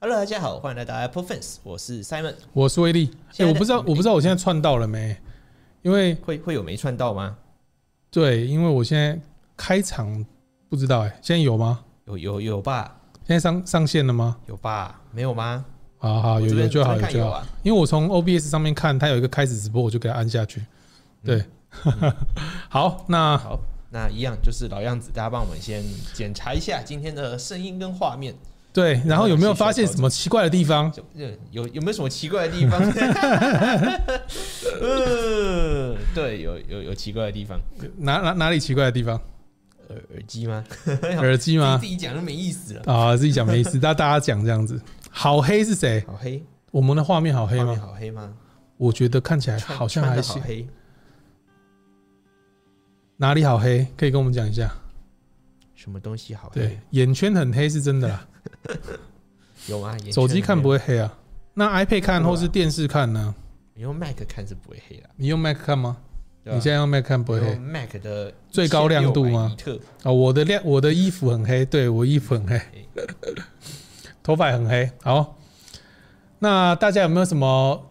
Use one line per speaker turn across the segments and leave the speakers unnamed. Hello，大家好，欢迎来到 Apple Fans，我是 Simon。
我是威力，
现在在
哎、我不知道，我不知道我现在串到了没？因为
会会有没串到吗？
对，因为我现在开场不知道、哎，现在有吗？
有有有吧，
现在上上线了吗？
有吧，没有吗？
好好，
我
有
这边
有就好，
这边
有
看
就好。
啊。
因为我从 OBS 上面看，它有一个开始直播，我就给它按下
嗯
去。对， 好，那
好，那一样就是老样子，大家帮我们先检查一下今天的声音跟画面，
对，然后有没有发现什么奇怪的地方？
就呃有有没有什么奇怪的地方？ 呃，对，有有有奇怪的地方，
哪哪哪里奇怪的地方？
耳耳机吗？
耳机吗
自？己讲都没意思了。
啊，自己讲没意 思，但大家讲这样子。好黑是谁？
好黑，
我们的画面好黑
画面
吗？
好黑吗？
我觉得看起来
穿
好像
穿
还
得好
行。
黑，
哪里好黑？可以跟我们讲一下。
什么东西好黑
对？，眼圈很黑是真的啦，
有吗？眼圈
手机看
很黑
不会黑啊。那 iPad 看
不会啊
或是电视看呢？
你用 Mac 看是不会黑的，
你用 Mac 看吗？
对
你
吧
现在用 Mac 看不会
你
黑
用 Mac 的
最高亮度
1600
吗
尼特，
啊？我的亮，我的衣服很黑，对我衣服很黑， 头发也很黑。好，那大家有没有什么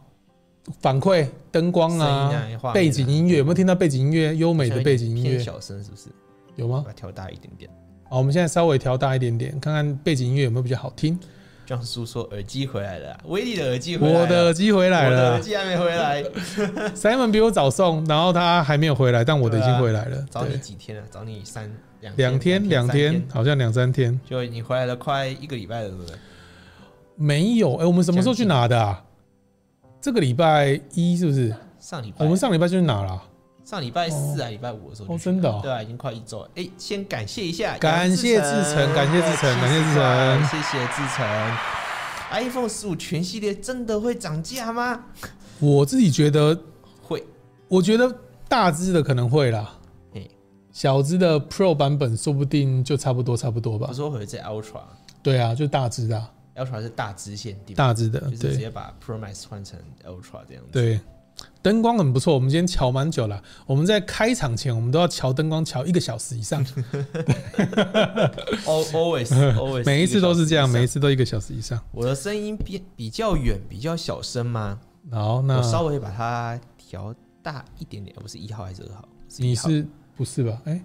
反馈？灯光
声
啊
音啊画面啊，
背景音乐有没有听到背景音乐？优美的背景音
偏
乐啊
小声是不是？
有
把
吗？
它调大一点点。
好，我们现在稍微调大一点点，看看背景音乐有没有比较好听。
江叔说耳机回来了啊，威力的耳机回来了，
我的耳机回来
我的
了
耳机还没回 来，
，Simon 比我早送，然后他还没有回来，但我的已
对啊
经回来了。
找
对
你几天啊？找你三两
两天
天
两
三
天，好像两三天
就你回来了快一个礼拜了，对不对？
没有。哎、我们什么时候去拿的啊？这个礼拜一是不是？
上礼拜
我们上礼拜就去拿了啊、
上礼拜四啊，礼拜五的时候就
哦，
去
真的、
对
哦。
啊，已经快一周了。哎、先感谢一下杨志成，
感谢志成感谢志成感谢志成
谢谢志成。iPhone 十五全系列真的会涨价吗？
我自己觉得，
会，
我觉得大只的可能会啦
嗯，
小只的 Pro 版本说不定就差不多差不多吧
我。说回这 Ultra，Ultra
对啊，就大只的啊、
是大支限定，
大只的
就是，直
对
接把 Pro Max 换成 Ultra 这样子。，
对。灯光很不错，我们今天瞧蛮久了。我们在开场前，我们都要瞧灯光，瞧一个小时以上，
always always，
每一次都是这样，每一
次。
次都一个小时以上。
我的声音比比较远，比较小声吗？
好，那
我稍微把它调大一点点，不是一号还是二号？
你
一号
是不是吧？哎、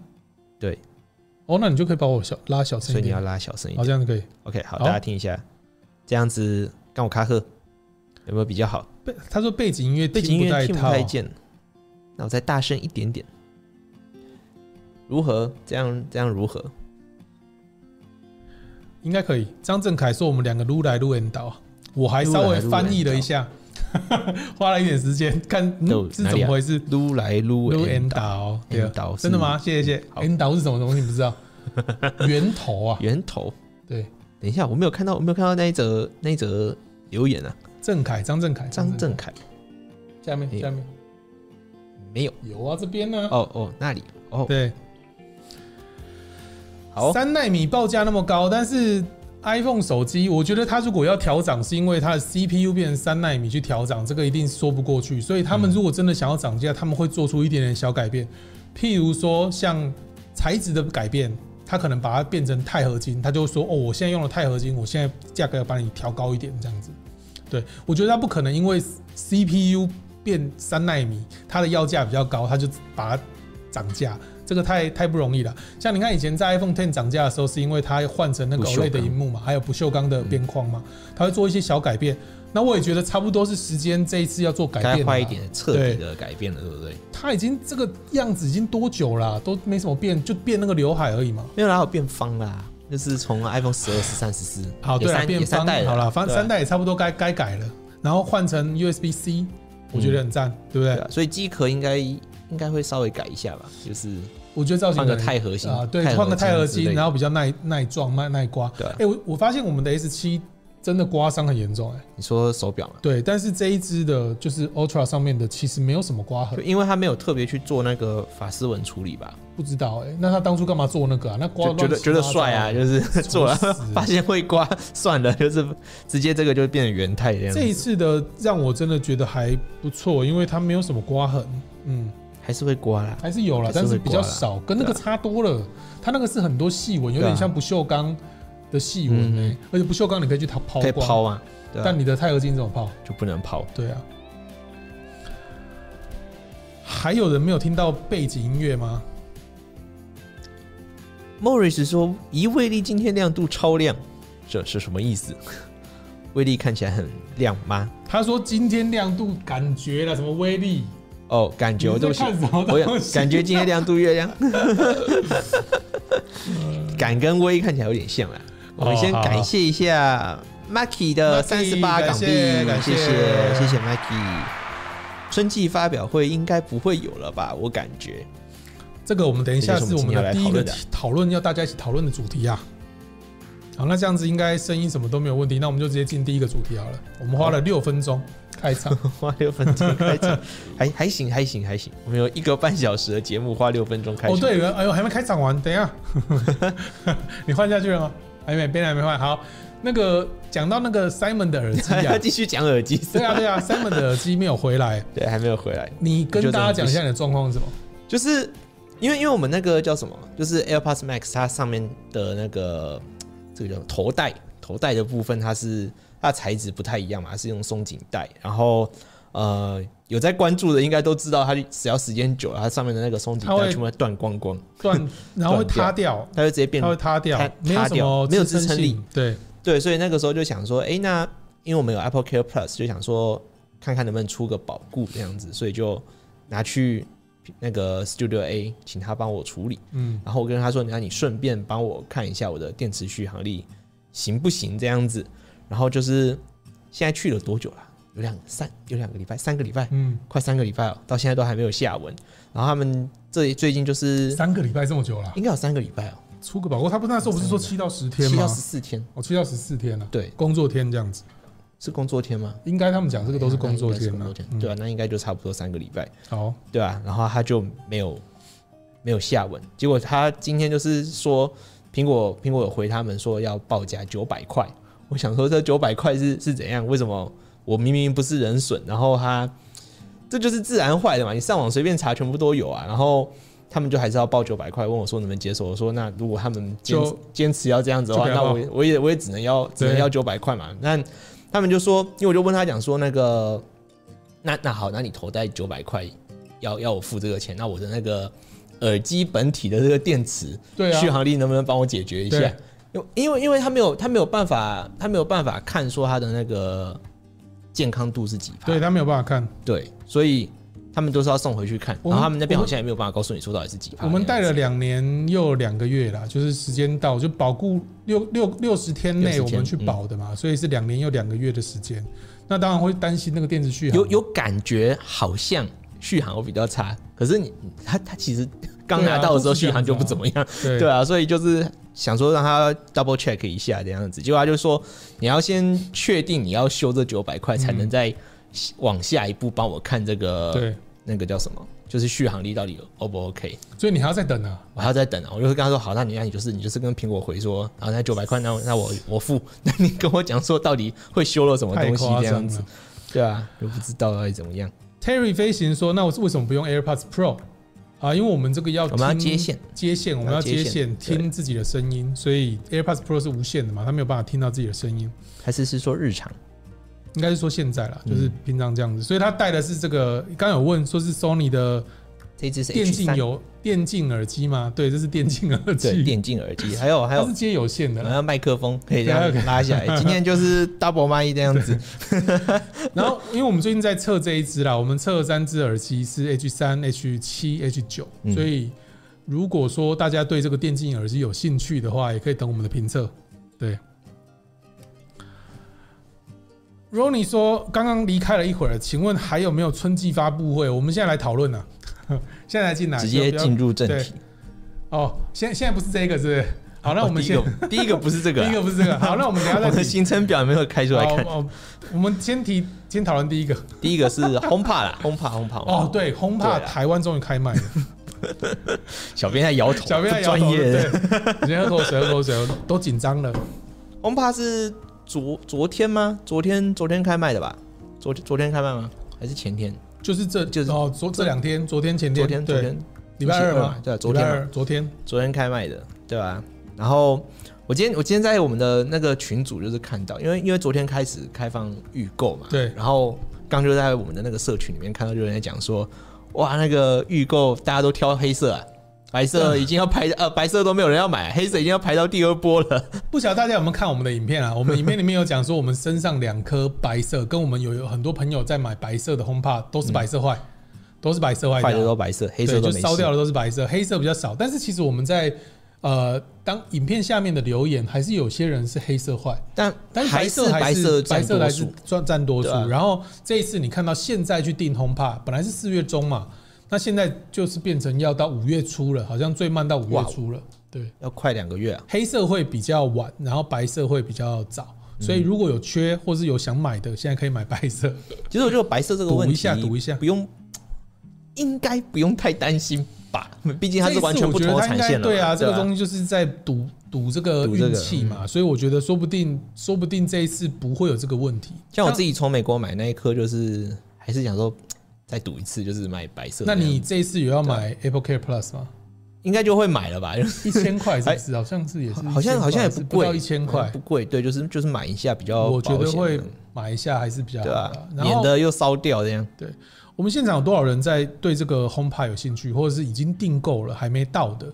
对，
哦，那你就可以把我小拉小声
所
一
以你
点
要，拉小声一点
好，。这样就可以。
OK，好，
好
大家听一下，这样子干我卡赫有没有比较好？
背他说背景音乐
背景音
不
乐
带
听不
套
太，见，那我再大声一点点，如何？这样这样如何？
应该可以。张正凯说我们两个撸来撸人倒，我还稍微翻译了一下， 花了一点时间看、
都
嗯、是
哪
怎
里啊
么回事。
撸来撸
撸
and
N 倒，对啊，
导嗯
真的吗？？谢谢谢谢。
好
N 倒是什么东西？你不 知道？源头啊，
源头？
对，
等一下，我没有看到，我没有看到那一则那一则留言啊。
郑凯，张郑凯，
张
正
正凯
下面
没有
下面
没有，
有啊，这边呢、
哦哦，那里哦，
对，
好，哦
三纳米报价那么高，但是 iPhone 手机，我觉得它如果要调涨，是因为它的 CPU 变成三纳米去调涨，这个一定说不过去。所以他们如果真的想要涨价，他们会做出一点点小改变，譬如说像材质的改变。它可能把它变成钛合金，它就会说哦，我现在用了钛合金，我现在价格要把你调高一点，这样子。对我觉得它不可能因为 CPU 变三纳米，它的要价比较高，它就把它涨价，这个太太不容易了。像你看以前在 iPhone Ten 涨价的时候，是因为它换成那个
不锈钢
OLED 的荧幕嘛，还有不锈钢的边框嘛，它会做一些小改变。那我也觉得差不多是时间这一次要做改
该
变了啦
坏一点，彻底的改变了，对不对？
它已经这个样子已经多久啦、都没什么变，就变那个刘海而已嘛。
没有啦，我变方啦，就是从 iPhone 十二、十三、十四，
好，
也
对啊，
三
变
也三
方
代了，
好了，反
对
正
啊
三代也差不多该该改了，然后换成 USB C，我觉得很赞，对不
对
对？
啊，所以机壳应该应该会稍微改一下吧，就是
我觉得造型
换个
可能
钛合金
啊，对，
钛合
换个钛合
金之类
金，
的
然后比较耐耐撞、耐耐刮。
对啊
哎、我我发现我们的 S 七真的刮伤很严重、哎，
你说手表嘛，
对，但是这一支的就是 Ultra 上面的其实没有什么刮痕
就，因为它没有特别去做那个法丝纹处理吧，
不知道哎、那他当初干嘛做那个啊？那刮
就觉得觉得帅 啊，就是 做了
丑死
发现会刮，算了，就是直接这个就变成原态这样
这
子，
一次的让我真的觉得还不错，因为它没有什么刮痕，嗯，
还是会刮啦。
还是有啦，
还
但
是会
是比较
刮啦
少，跟那个
对啊
差多了。它那个是很多细纹，有
对啊
点像不锈钢的细纹
嗯
呢
嗯，
而且不锈钢你可以去它抛
可以
光，
抛啊，对啊
但你的钛合金怎么抛？
就不能抛。
对啊。还有人没有听到背景音乐吗？
Morris 说：“一位力今天亮度超亮，这是什么意思？ 威力看起来很亮吗？
他说今天亮度感觉了什么威力？
哦，感觉
你
对
在
不起，
看什么
我想
东西？
感觉今天亮度越 亮，感跟威看起来有点像啦。啊我们
哦
先
好
感谢一下 Maki 的
Maki，
三十八港币，
哦感谢
谢
感
谢
谢
谢 Maki。春季发表会应该不会有了吧？我感觉
这个我们等一下是我们的第一
这就是我们今天要来讨
个
论的
讨论，要大家一起讨论的主题啊。好，那这样子应该声音什么都没有问题，那我们就直接进第一个主题好了。我们花了六分钟开场，
花六分钟开 场，还还行还行还行。我们有一个半小时的节目，花六分 钟开场。
哦，对，哎呦，还没开场完，等一下， 你换下去了吗？还没，边还没换。好，那个讲到那个 Simon 的耳机
还
啊
要，继续讲耳机是
对
吧？
啊 对啊，Simon 的耳机没有回来，
对，还没有回来，
你跟大家讲一下你的状况是什么？
就是因为因为我们那个叫什么，就是 AirPods Max 它上面的那个这个叫什么头带，头带的部分它是它的材质不太一样嘛，它是用松紧带，然后。呃，有在关注的应该都知道，它只要时间久了，它上面的那个松紧
它
带
会
全部都断光光，
断，然后会塌掉，
它就直接啊变
它会塌掉
塌，
没有
塌
什
掉
么
没有支
撑
撑力
性，对，
对，所以那个时候就想说，诶，那因为我们有 Apple Care Plus，就想说看看能不能出个保固这样子，所以就拿去那个 Studio A，请他帮我处理。
嗯，
然后我跟他说，那你顺便帮我看一下我的电池续航力行不行这样子。然后就是现在去了多久了？有两三有两个礼拜，三个礼拜，
嗯，
快三个礼拜了，哦到现在都还没有下文。然后他们这里最近就是
三个礼拜这么久了，
应该有三个礼拜哦，
出个保护，他不是那时候不是说七到十天
七
吗
到？十四天，
哦，七到十四天了、
对
工作天这样子，
是工作天吗？
应该他们讲这个都是
那
工
应
作
该是
天
工
了、
作对啊，那应该就差不多三个礼拜。
好，
对啊，然后他就没有没有下文。结果他今天就是说，苹果苹果有回他们说要报价九百块。我想说这九百块是是怎样？为什么我明明不是人损，然后他这就是自然坏的嘛？你上网随便查，全部都有啊。然后他们就还是要报九百块，问我说能不能接受？我说那如果他们坚
就
坚持要这样子的话，
就给
那
他报
我也我也我也只能要只能
对
要九百块嘛。那他们就说，因为我就问他讲说那个，那那好，那你头戴九百块，要要我付这个钱，那我的那个耳机本体的这个电池、
对
续
啊，
航力能不能帮我解决一下
对？
因为因为因为他没有他没有办法他没有办法看说他的那个健康度是几趴
对，他没有办法看，
对，所以他们都是要送回去看，
我
然
们
后他们那边
我
好
们
像也没有办法告诉你说到底是几趴。
我们戴了
这样子
两年又两个月啦，就是时间到，就保固六六六十天
60
内我们
天嗯
去保的嘛，所以是两年又两个月的时间，那当然会担心那个电池啊续航，
有有感觉好像续航会比较差，可是你他他其实刚拿到的时候
都是这
续
样子啊
航就不怎么样。
对
对啊，所以就是想说让他 double check 一下这样子，结果他就说你要先确定你要修这九百块，才能再往下一步帮我看这个
嗯对，
那个叫什么，就是续航力到底 O 不 OK，
所以你还要再等啊，
我还要再等啊。我就跟他说好，那你那你就是你就是跟苹果回说，然后那九百块，那我那我我付， 那你跟我讲说到底会修了什么
太
东西
夸
这样
张
子
了。，
对啊，又不知道到底怎么样，
Terry 飞行说：“那我为什么不用 AirPods Pro 啊？因为我们这个要
我们要
听
接线，
接线，我们要
我
接线
们要接线
听自己的声音，所以 AirPods Pro 是无线的嘛，它没有办法听到自己的声音。
还是是说日常
应该是说现在啦，
嗯
就是平常这样子。所以他带的是这个，刚有问说是 Sony 的
这只是
电
H
竞
三，
有电竞耳机吗？对，这是 电竞耳
对，
机，
电竞耳 机，还有还有
它是接有线的啦
然。后麦克风可以这样
OK
拉下来。今天就是 double 麦这样 子，
然后，因为我们最近在测这一支啦，我们测了三支耳机是 H 三、H 七、H 九，
嗯
所以如果说大家对这个电竞耳机有兴趣的话，也可以等我们的评测。对，Ronnie 说刚刚离开了一会儿，请问还有没有春季发布会？我们现在来讨论呢， 现在来进来，
直接
不要
进入正题。
哦。现在现在不是这个，是不是？好，那我
哦
们
第一
先、
个 第一个不是这
第
个
一
啊，
个不是这个，好，那我们等一 下
我的
再提。
行程表有没有开出来看？
好，哦我们先提先讨论第一个。
第一个是轰趴啦，轰趴轰趴。
哦，，对，轰趴
对啊
台湾终于开卖了，
小编在摇头，
小编在
不
摇
专
头，
业。
对，你先喝口水，喝口水，都紧张了。
轰趴是昨昨天吗？昨天昨天开卖的吧？昨昨天开卖吗？还是前天？
就是这，
就是
哦，昨这两天，昨天前
昨
天，
天昨
对，
天
礼拜二
星期二
嘛
嘛，对啊
礼
昨
拜
天嘛
二，昨天，
啊昨天开卖的，对吧？然后我今天我今天在我们的那个群组就是看到，因为因为昨天开始开放预购嘛，
对
然后刚就在我们的那个社群里面看到有人在讲说，哇，那个预购大家都挑黑色啊，白色已经要排、呃白色都没有人要买，黑色已经要排到第二波了。
不晓得大家有没有看我们的影片啊？我们影片里面有讲说，我们身上两颗白色，跟我们有有很多朋友在买白色的 HomePod，都是白色坏，都是白色坏
坏
掉
的都白色，黑色
对，
都
就
没
烧掉
事。
的都是白色，黑色比较少。但是其实我们在呃，当影片下面的留言还是有些人是黑色坏，
但
但是
还
白
是
色还
白
是
色
白
占
色
多
还是
数。
占占多数
对啊。
然后这一次你看到现在去订 HomePod，本来是四月中嘛，那现在就是变成要到五月初了，好像最慢到五月
哇哦
初了。对，
要快两个月啊！
黑色会比较晚，然后白色会比较早。所以
嗯
如果有缺或是有想买的，现在可以买白色。
其实我觉得白色这个
赌
问题，
一下赌一下
不用，应该不用太担心吧？毕竟它
这一
是
次
完全不同的
我觉得他
产
应该
线了嘛。
对啊，这个
吧
东西就是在赌赌这个
赌这
运
个嗯
气嘛，所以我觉得说不定说不定这一次不会有这个问题。
像我自
己，
己从美国买那一颗，就是还是想说再赌一次，就是买白色的样
那
子。
你这一次有要买 Apple Care Plus 吗？
应该就会买了吧？就是
一千块是不是？好像是也是1000块，
哎好像好像也
是不
贵，嗯
到一千块
不，贵。对，就是就是买一下比较
我觉
保
得
险
会
的
买一下还是比较好
对
的
啊，。
然
免
后
得又烧掉这样。
我们现场有多少人在对这个 HomePod 有兴趣，或者是已经订购了还没到的？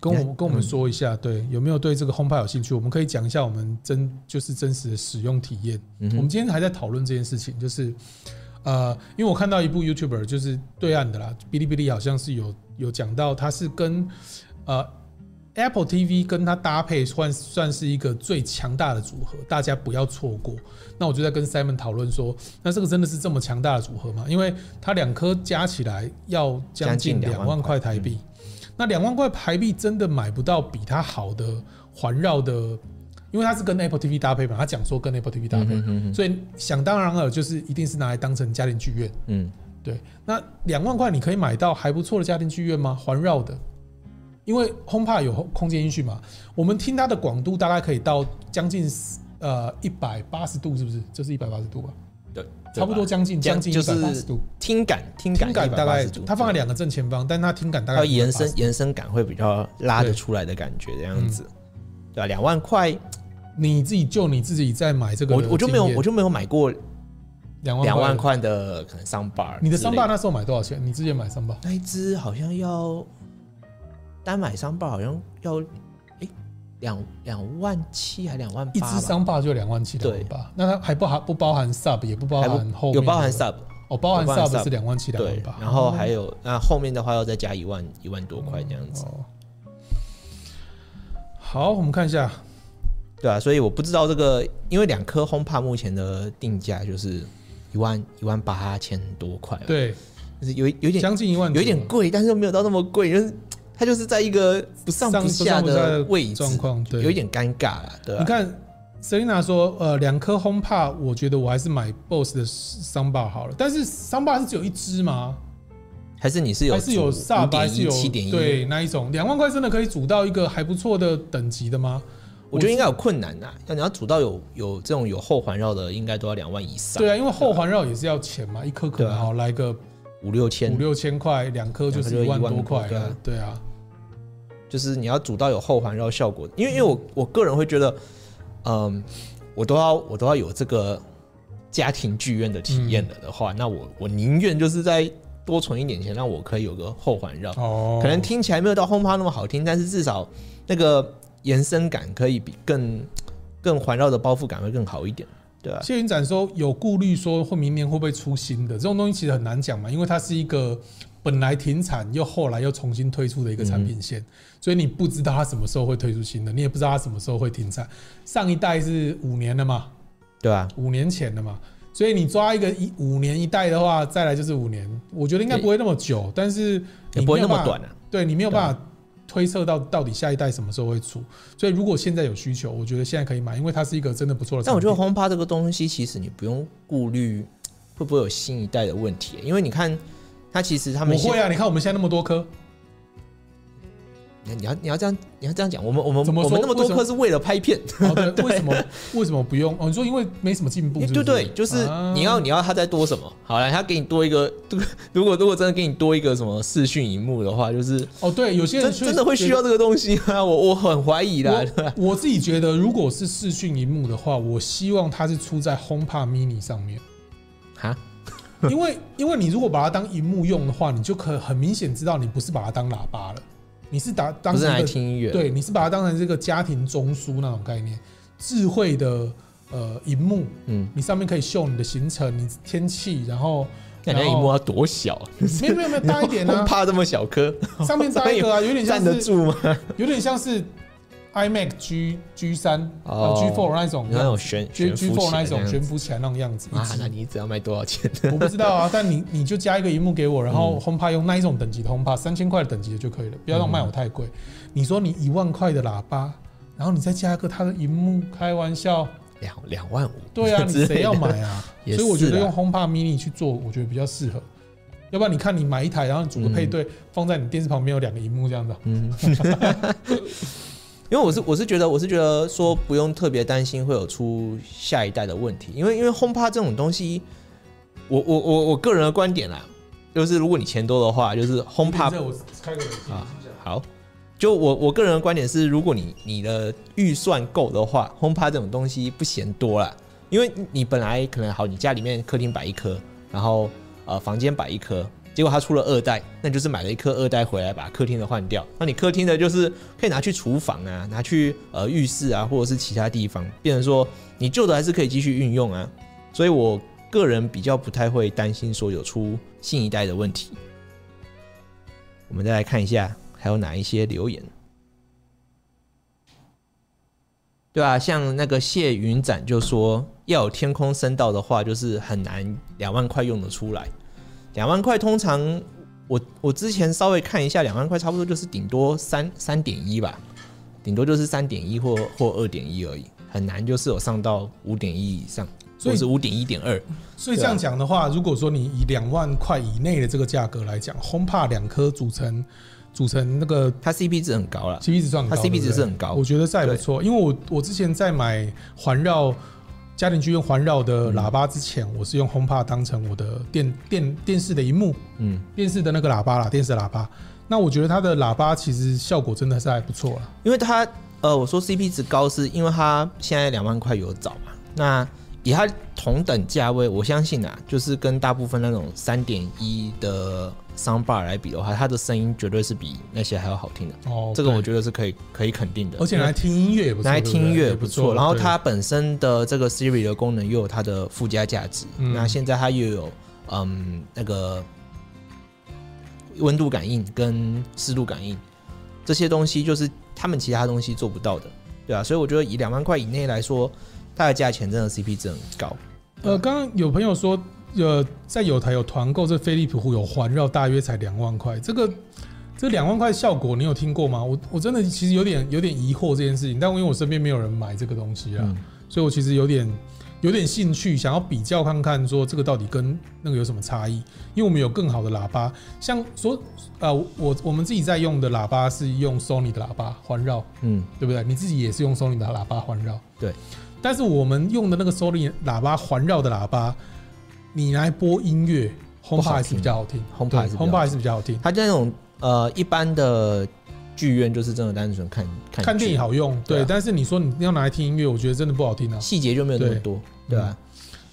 跟我们
嗯
跟我们说一下，对，有没有对这个 HomePod 有兴趣？我们可以讲一下我们真就是真实的使用体验。
嗯
我们
哼，
今天还在讨论这件事情，就是呃，因为我看到一部 YouTuber 就是对岸的啦，哔哩哔哩好像是有有讲到，它是跟呃 Apple TV 跟它搭配算算是一个最强大的组合，大家不要错过。那我就在跟 Simon 讨论说，那这个真的是这么强大的组合吗？因为它两颗加起来要将近
将近两
两
万嗯
万块台币，那两万块台币真的买不到比它好的环绕的，因为它是跟 Apple TV 搭配嘛，他讲说跟 Apple TV 搭配，
嗯哼哼哼
所以想当然了，就是一定是拿来当成家庭剧院。
嗯，
对，那两万块你可以买到还不错的家庭剧院吗？环绕的，因为 HomePod 有空间音讯嘛，我们听它的广度大概可以到将近呃一百八十度，是不是？这是一百八十度吧？
对，
差不多
对吧
将近
将
将近一
就
百
是
八十度，
听感听感
听感大概
180度
它放在两个正前方，但它听感大概
它延
180
伸延伸感会比较拉得出来的感觉，这样子，
嗯
对吧、两万块，
你自己就你自己在买这个
我
的经验，
我就没有我就没有买过
两万
两万。块的可能桑巴尔之类。
你的桑巴那时候买多少钱？你之前买桑巴
那一只好像要单买桑巴好像要哎两两万七还两万
一
八吧，
只桑巴就两万七两万八，那它还不含不包含 sub，也不包
还
含后面
有包含
的
sub
哦，包含
有包含
sub
sub，
是两万七两万
对
八，，
然后还有那后面的话要再加一万一万多块这样子，
哦。好，我们看一下，
对啊，所以我不知道这个，因为两颗轰帕目前的定价就是一万一万八千多块吧，
对，
就是哎有一有一点
将近一万九
有
了，
一点贵，但是又没有到那么贵，就是它就是在一个不上
上
不下
不上不下
的位置，
状况，对，
有一。点尴尬啦，对吧、
你看，Selina 说，呃，两颗 HomePod，我觉得我还是买 Boss 的 Soundbar 好了，但是 Soundbar 是只有一只吗？
还是你是有
还是有 sub 还是有
七点一？
对那一种两万块真的可以组到一个还不错的等级的吗？
我觉得应该有困难啊。要你要组到有有这种有后环绕的，应该都要两万以上，
对啊，因为后环绕也是要钱嘛，一颗可
对
能
啊
好来个
五六
五
千，
六千块，两颗就
两颗
是
就
一万
一万
多块
多
了。对啊，
就是你要组到有后环绕效果。因为因为我我个人会觉得，嗯，我都要我都要有这个家庭剧院的体验了
嗯
的话，那我我宁愿就是在多存一点钱，让我可以有个后环绕。
哦
可能听起来没有到轰趴那么好听，但是至少那个延伸感可以比更更环绕的包覆感会更好一点，对吧、
谢云展说有顾虑，说会明年会不会出新的这种东西，其实很难讲嘛，因为它是一个本来停产又后来又重新推出的一个产品
嗯
线，所以你不知道它什么时候会推出新的，你也不知道它什么时候会停产。上一代是五年了嘛，
对吧、
五年前的嘛，所以你抓一个一五年一代的话，再来就是五年，我觉得应该
对
不会那么久，但是你
也不会
没
那
有
么
办法
短啊。
对你没有办法推测到到底下一代什么时候会出，所以如果现在有需求，我觉得现在可以买，因为它是一个真的不错的产
但我
品。
觉得轰趴这个东西，其实你不用顾虑会不会有新一代的问题，因为你看它其实他们
我会
现
啊，你看我们现在那么多颗，
你你要你要这样你要这样讲，我们我们
怎么
我们
说
那么多
为什么
课是为了拍片，
好的，哦为什么为什么不用？哦，你说因为没什么进步，是不
对
是
对，就是
啊
你要你要他再多什么？好了，他给你多一个， 如果如果真的给你多一个什么视讯荧幕的话，就是
哦，对，有些人
真
确实
真的会需要这个东西啊！我我很怀疑啦，对吧
我。我自己觉得，如果是视讯荧幕的话，我希望它是出在 HomePod Mini 上面，
哈，
因为因为你如果把它当荧幕用的话，你就可很明显知道你不是把它当喇叭了，你是打当
不是
成
拿
一
来
个
听音乐，
对，你是把它当成这个家庭中枢那种概念，智慧的呃荧幕，
嗯，
你上面可以秀你的行程、你天气，然后
那
然
你
后
荧幕要多小啊？
没有没有没有大一点 啊，
怕这么小颗，
上面搭一个啊，有点像
站得
是
住吗？
有点像是 iMac G G 三啊
哦
G Four 那种
你那种悬
G
悬
G
浮
Four
起
那
来
一种
那
悬
样
浮起来那种样子，
啊，
一
那
只
你一只要卖多少钱？
我不知道啊，但你你就加一个荧幕给我，然
嗯
后 HomePod 用那一种等级的 HomePod 三千块的等级的就可以了，不要让卖我太贵。
嗯
你说你一万块的喇叭，然后你再加一个它的荧幕，开玩笑，
两两万五，
对 啊，
之
你
类的
谁要买啊？
也
所以我觉
是
得
啊
用 HomePod Mini 去做，我觉得比较适合。要不然你看你买一台，然后你组个配对，放在你电视旁边有两个荧幕这样子啊，
嗯，因为我是我是觉得我是觉得说不用特别担心会有出下一代的问题，因为因为轰趴这种东西，我我我我个人的观点啦，就是如果你钱多的话，就是轰趴
这我开个冷气
啊好。就我我个人的观点是，如果你你的预算够的话，轰趴这种东西不嫌多啦，因为你本来可能好，你家里面客厅摆一颗，然后呃房间摆一颗，结果它出了二代，那你就是买了一颗二代回来，把客厅的换掉。那你客厅的就是可以拿去厨房啊，拿去呃浴室啊，或者是其他地方，变成说你旧的还是可以继续运用啊。所以我个人比较不太会担心说有出新一代的问题。我们再来看一下还有哪一些留言。对啊，像那个谢云展就说，要有天空声道的话，就是很难两万块用得出来。两万块通常我我之前稍微看一下，两万块差不多就是顶多三三点一吧，顶多就是三点一或或二点一而已，很难就是有上到五点一以上，
所
或
以
是五点一点二。
所以这样讲的话，如果说你以两万块以内的这个价格来讲，HomePod 两颗组成组成那个
它 CP 值很高了，
CP 值算很
它
高，对
CP
不对
值是很高
我。觉得这还不错，因为我我之前在买环绕家庭剧院环绕
嗯
的喇叭之前，我是用 HomePod 当成我的电电电视的荧幕，
嗯，
电视的那个喇叭啦，电视的喇叭。那我觉得它的喇叭其实效果真的是还不错啦。
因为它呃，我说 CP 值高是因为它现在两万块有找嘛，那以它同等价位，我相信啊，就是跟大部分那种三点一的 soundbar 来比的话，它的声音绝对是比那些还要好听的，
哦，
这个我
对
觉得是可以可以肯定的，
而且拿来听音乐也不错，
拿来
对
听音
对
乐
也
也
不
不错，然后它
它
本身的这个 Siri 的功能又有它的附加价值。
嗯
那现在它又有嗯那个温度感应跟湿度感应这些东西，就是他们其他东西做不到的，对啊，所以我觉得以两万块以内来说，它的价钱真的 CP 值很高。
呃，刚刚有朋友说，呃，在有台有团购，这飞利浦有环绕，大约才两万块，这个。这两万块效果你有听过吗？我我真的其实有点有点疑惑这件事情，但因为我身边没有人买这个东西啊，
嗯
所以我其实有点有点兴趣，想要比较看看说这个到底跟那个有什么差异，因为我们有更好的喇叭，像说呃我我们自己在用的喇叭是用 Sony 的喇叭环绕，
嗯，
对不对？你自己也是用 Sony 的喇叭环绕，
对。
但是我们用的那个 Sony 喇叭环绕的喇叭，你拿来播音乐
不
，HomePod
好听
还是比较好听
，HomePod
对
还是比较好听
HomePod 还是比较好听。
它就那种呃一般的剧院就是真的单纯看看
看电影
剧，
好用，
对
对，
啊
但是你说你要拿来听音乐，我觉得真的不好听啊。
细节就没有那么
对嗯
多，对啊吧？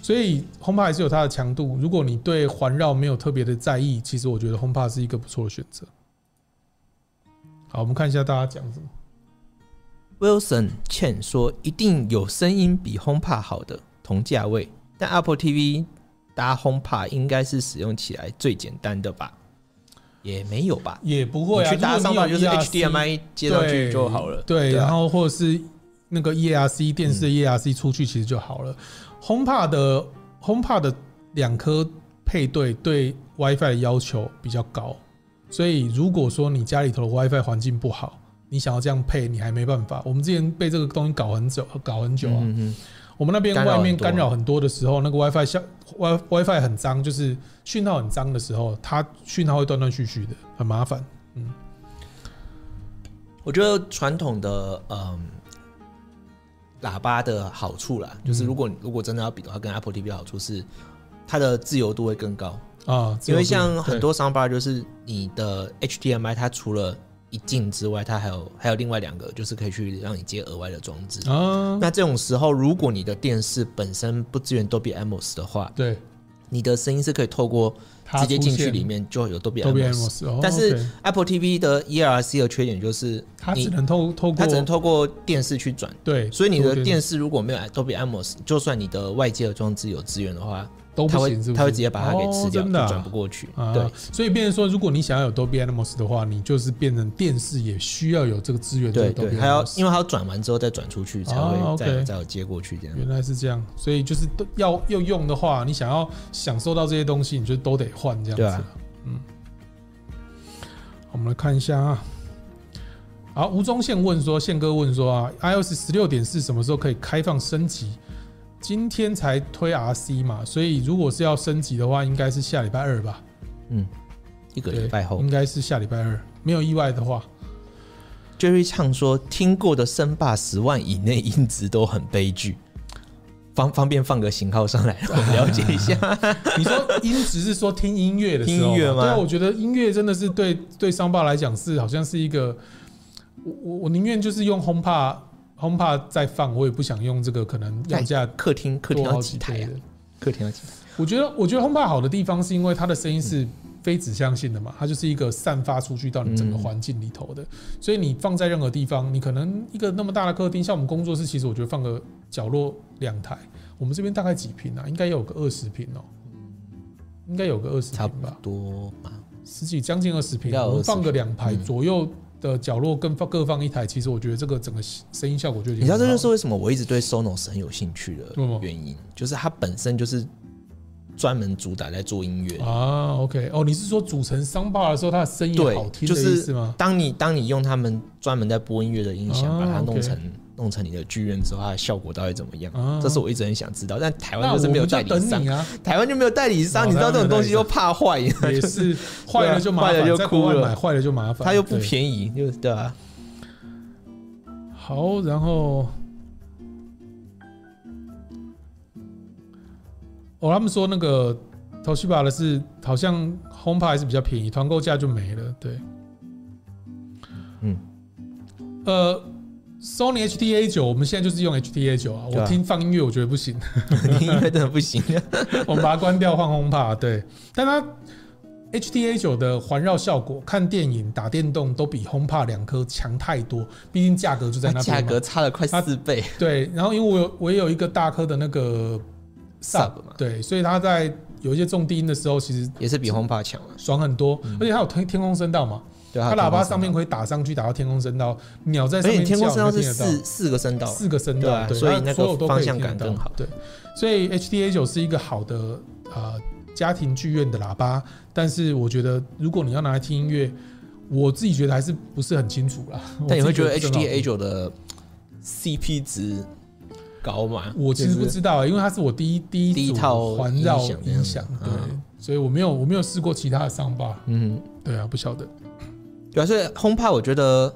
所以 HomePod 还是有它的强度。如果你对环绕没有特别的在意，其实我觉得 HomePod 是一个不错的选择。好，我们看一下大家讲什么。
Wilson 倩说，一定有声音比 HomePod 好的同价位，但 Apple TV 搭 HomePod 应该是使用起来最简单的吧？也没有吧？
也不会啊，
你去搭
如
上
果你有
吧，就是
ERC
HDMI 接上去就好了。
对，
对啊嗯
然后或者是那个 E ERC 电视的 ERC 出去其实就好了。HomePod 的 HomePod 的两颗配对对 WiFi 的要求比较高，所以如果说你家里头的 WiFi 环境不好，你想要这样配，你还没办法。我们之前被这个东西搞很久，搞很久啊。
嗯嗯
我们那边
干扰
外
很
面
多
干扰很多的时候，那个 WiFi 像 Wi WiFi 很脏，就是讯号很脏的时候，它讯号会断断续续的，很麻烦。
我觉得传统的嗯喇叭的好处啦，就是
嗯
如果如果真的要比的话，跟 Apple TV 的好处是它的自由度会更高，
啊，
因为
自由度
像很多 soundbar 就是你的 HDMI 它除了一进之外，它还有还有另外两个，就是可以去让你接额外的装置。
啊，
那这种时候，如果你的电视本身不支援 Dolby Atmos 的话，
对，
你的声音是可以透过
它
直接进
出
去
现
里面就有 Dolby
都变
Atmos。
Amos，哦
但是
OK
Apple TV 的 ERC 的缺点就是
它
你
只能透透过
它只能透过电视去转，
对，
所以你的
透过
电视如果没有 Dolby Atmos，就算你的外接的装置有资源的话，
都
它
不
会
行，是不是
它会直接把它给吃掉，
哦真
就
的啊
转不过去。
啊，
对，
所以变成说，如果你想要有 Dolby Atmos 的话，你就是变成电视也需要有这个资源，
对
就是 Dolby
对，它要
Atmos
因为它要转完之后再转出去，才
哦
会
，OK 嗯
再再有接过去这样。
原来是这样，所以就是都要要用的话，你想要享受到这些东西，你就都得换这样子。
对啊
嗯，我们来看一下啊。好，吴宗宪问说，宪哥问说啊，iOS 十六点四什么时候可以开放升级？今天才推 RC 嘛，所以如果是要升级的话，应该是下礼拜二吧。
嗯，一个礼拜后
应该是下礼拜二，没有意外的话。
，Jerry 唱说听过的声霸十万以内音质都很悲剧，方方便放个型号上来，我们了解一 下。
你说音质是说听音乐的时候
听音乐吗
对啊，我觉得音乐真的是对对商霸来讲是好像是一个，我我我宁愿就是用 HomePod HomePod 再放，我也不想用这个可能要价
客厅客厅
多
要
好
几
几
台
倍
啊
的？。
客厅要几台？
我觉得我觉得 HomePod 好的地方是因为它的声音是非指向性的嘛，它就是一个散发出去到你整个环境里头的，所以你放在任何地方，你可能一个那么大的客厅，像我们工作室，其实我觉得放个角落两台，我们这边大概几平啊？应该有个二十平哦，应该有个二十
差
平
不
吧，
多吧。
十几将近二十平，
应该有
我们放
20
个两排
嗯
左右的角落，跟放各放一台，其实我觉得这个整个声音效果就已经
你知道这
很
就
好
是为什么我一直对 Sonos 很有兴趣的
为什么
原因，就是它本身就是专门主打在做音乐的。
了啊，OK，哦，你是说组成商霸的时候，它的声音
对
好听
就
的
是
意思吗？
当你当你用他们专门在播音乐的音响，
哦
把它弄
OK
成弄成你的剧院之后，它的效果到底怎么样
哦？
这是我一直很想知道，但台
那
湾
我
就是没有
们
代
就
理
等
商
你，啊，
台湾就没有代理商，
哦
你知道这种东西
台
又
湾
怕 坏，
也是坏了就麻
啊坏了
烦，
就
在国外
哭了
买坏了就麻烦，
它又不
对
便宜，就对啊吧？
好，然后，哦，他们说那个 Toshiba 的是好像 HomePod 还是比较便宜，团购价就没了。对，
嗯，
呃，Sony HTA 九，我们现在就是用 HTA 九啊。
对
我
啊
听放音乐，我觉得不行，
音乐真的不行，
我们把它关掉换 HomePod。对，但它 HTA 九的环绕效果，看电影、打电动都比 HomePod 两颗强太多，毕竟价格就在那
它
边
啊价
嘛
格差了快
它
四倍。
对，然后因为我有我也有一个大颗的那个
Sub 嘛
对，所以它在有一些重低音的时候，其实
也是比 HomePod 强了。
爽很多，而且它有天天空声道嘛，
嗯对，啊
它
有
喇
天
叭
空声
上面
道，
可以打上去，打到天空声道，鸟在
而
上
且
面
天空声
叫
道
你
是
就听得到
四四个声道，
四个声
对
道，
啊
对，
所以
它
那个
所有都可以
方向
听得
感
到
更好
对，所以 HDA 九是一个好的呃家庭剧院的喇叭，但是我觉得如果你要拿来听音乐，我自己觉得还是不是很清楚 啦。
但你
我
会
自
觉
己
得
不是很好听
HDA 九的 CP 值高吗？
我其实
就
不
是
知道、因为它是我第一第一
第一
组
套
环绕
音响这
音
样
响，
子
对，
嗯
所以我没有我没有试过其他的商吧，
嗯，
对啊，不晓得。
对啊，所以 HomePod 我觉得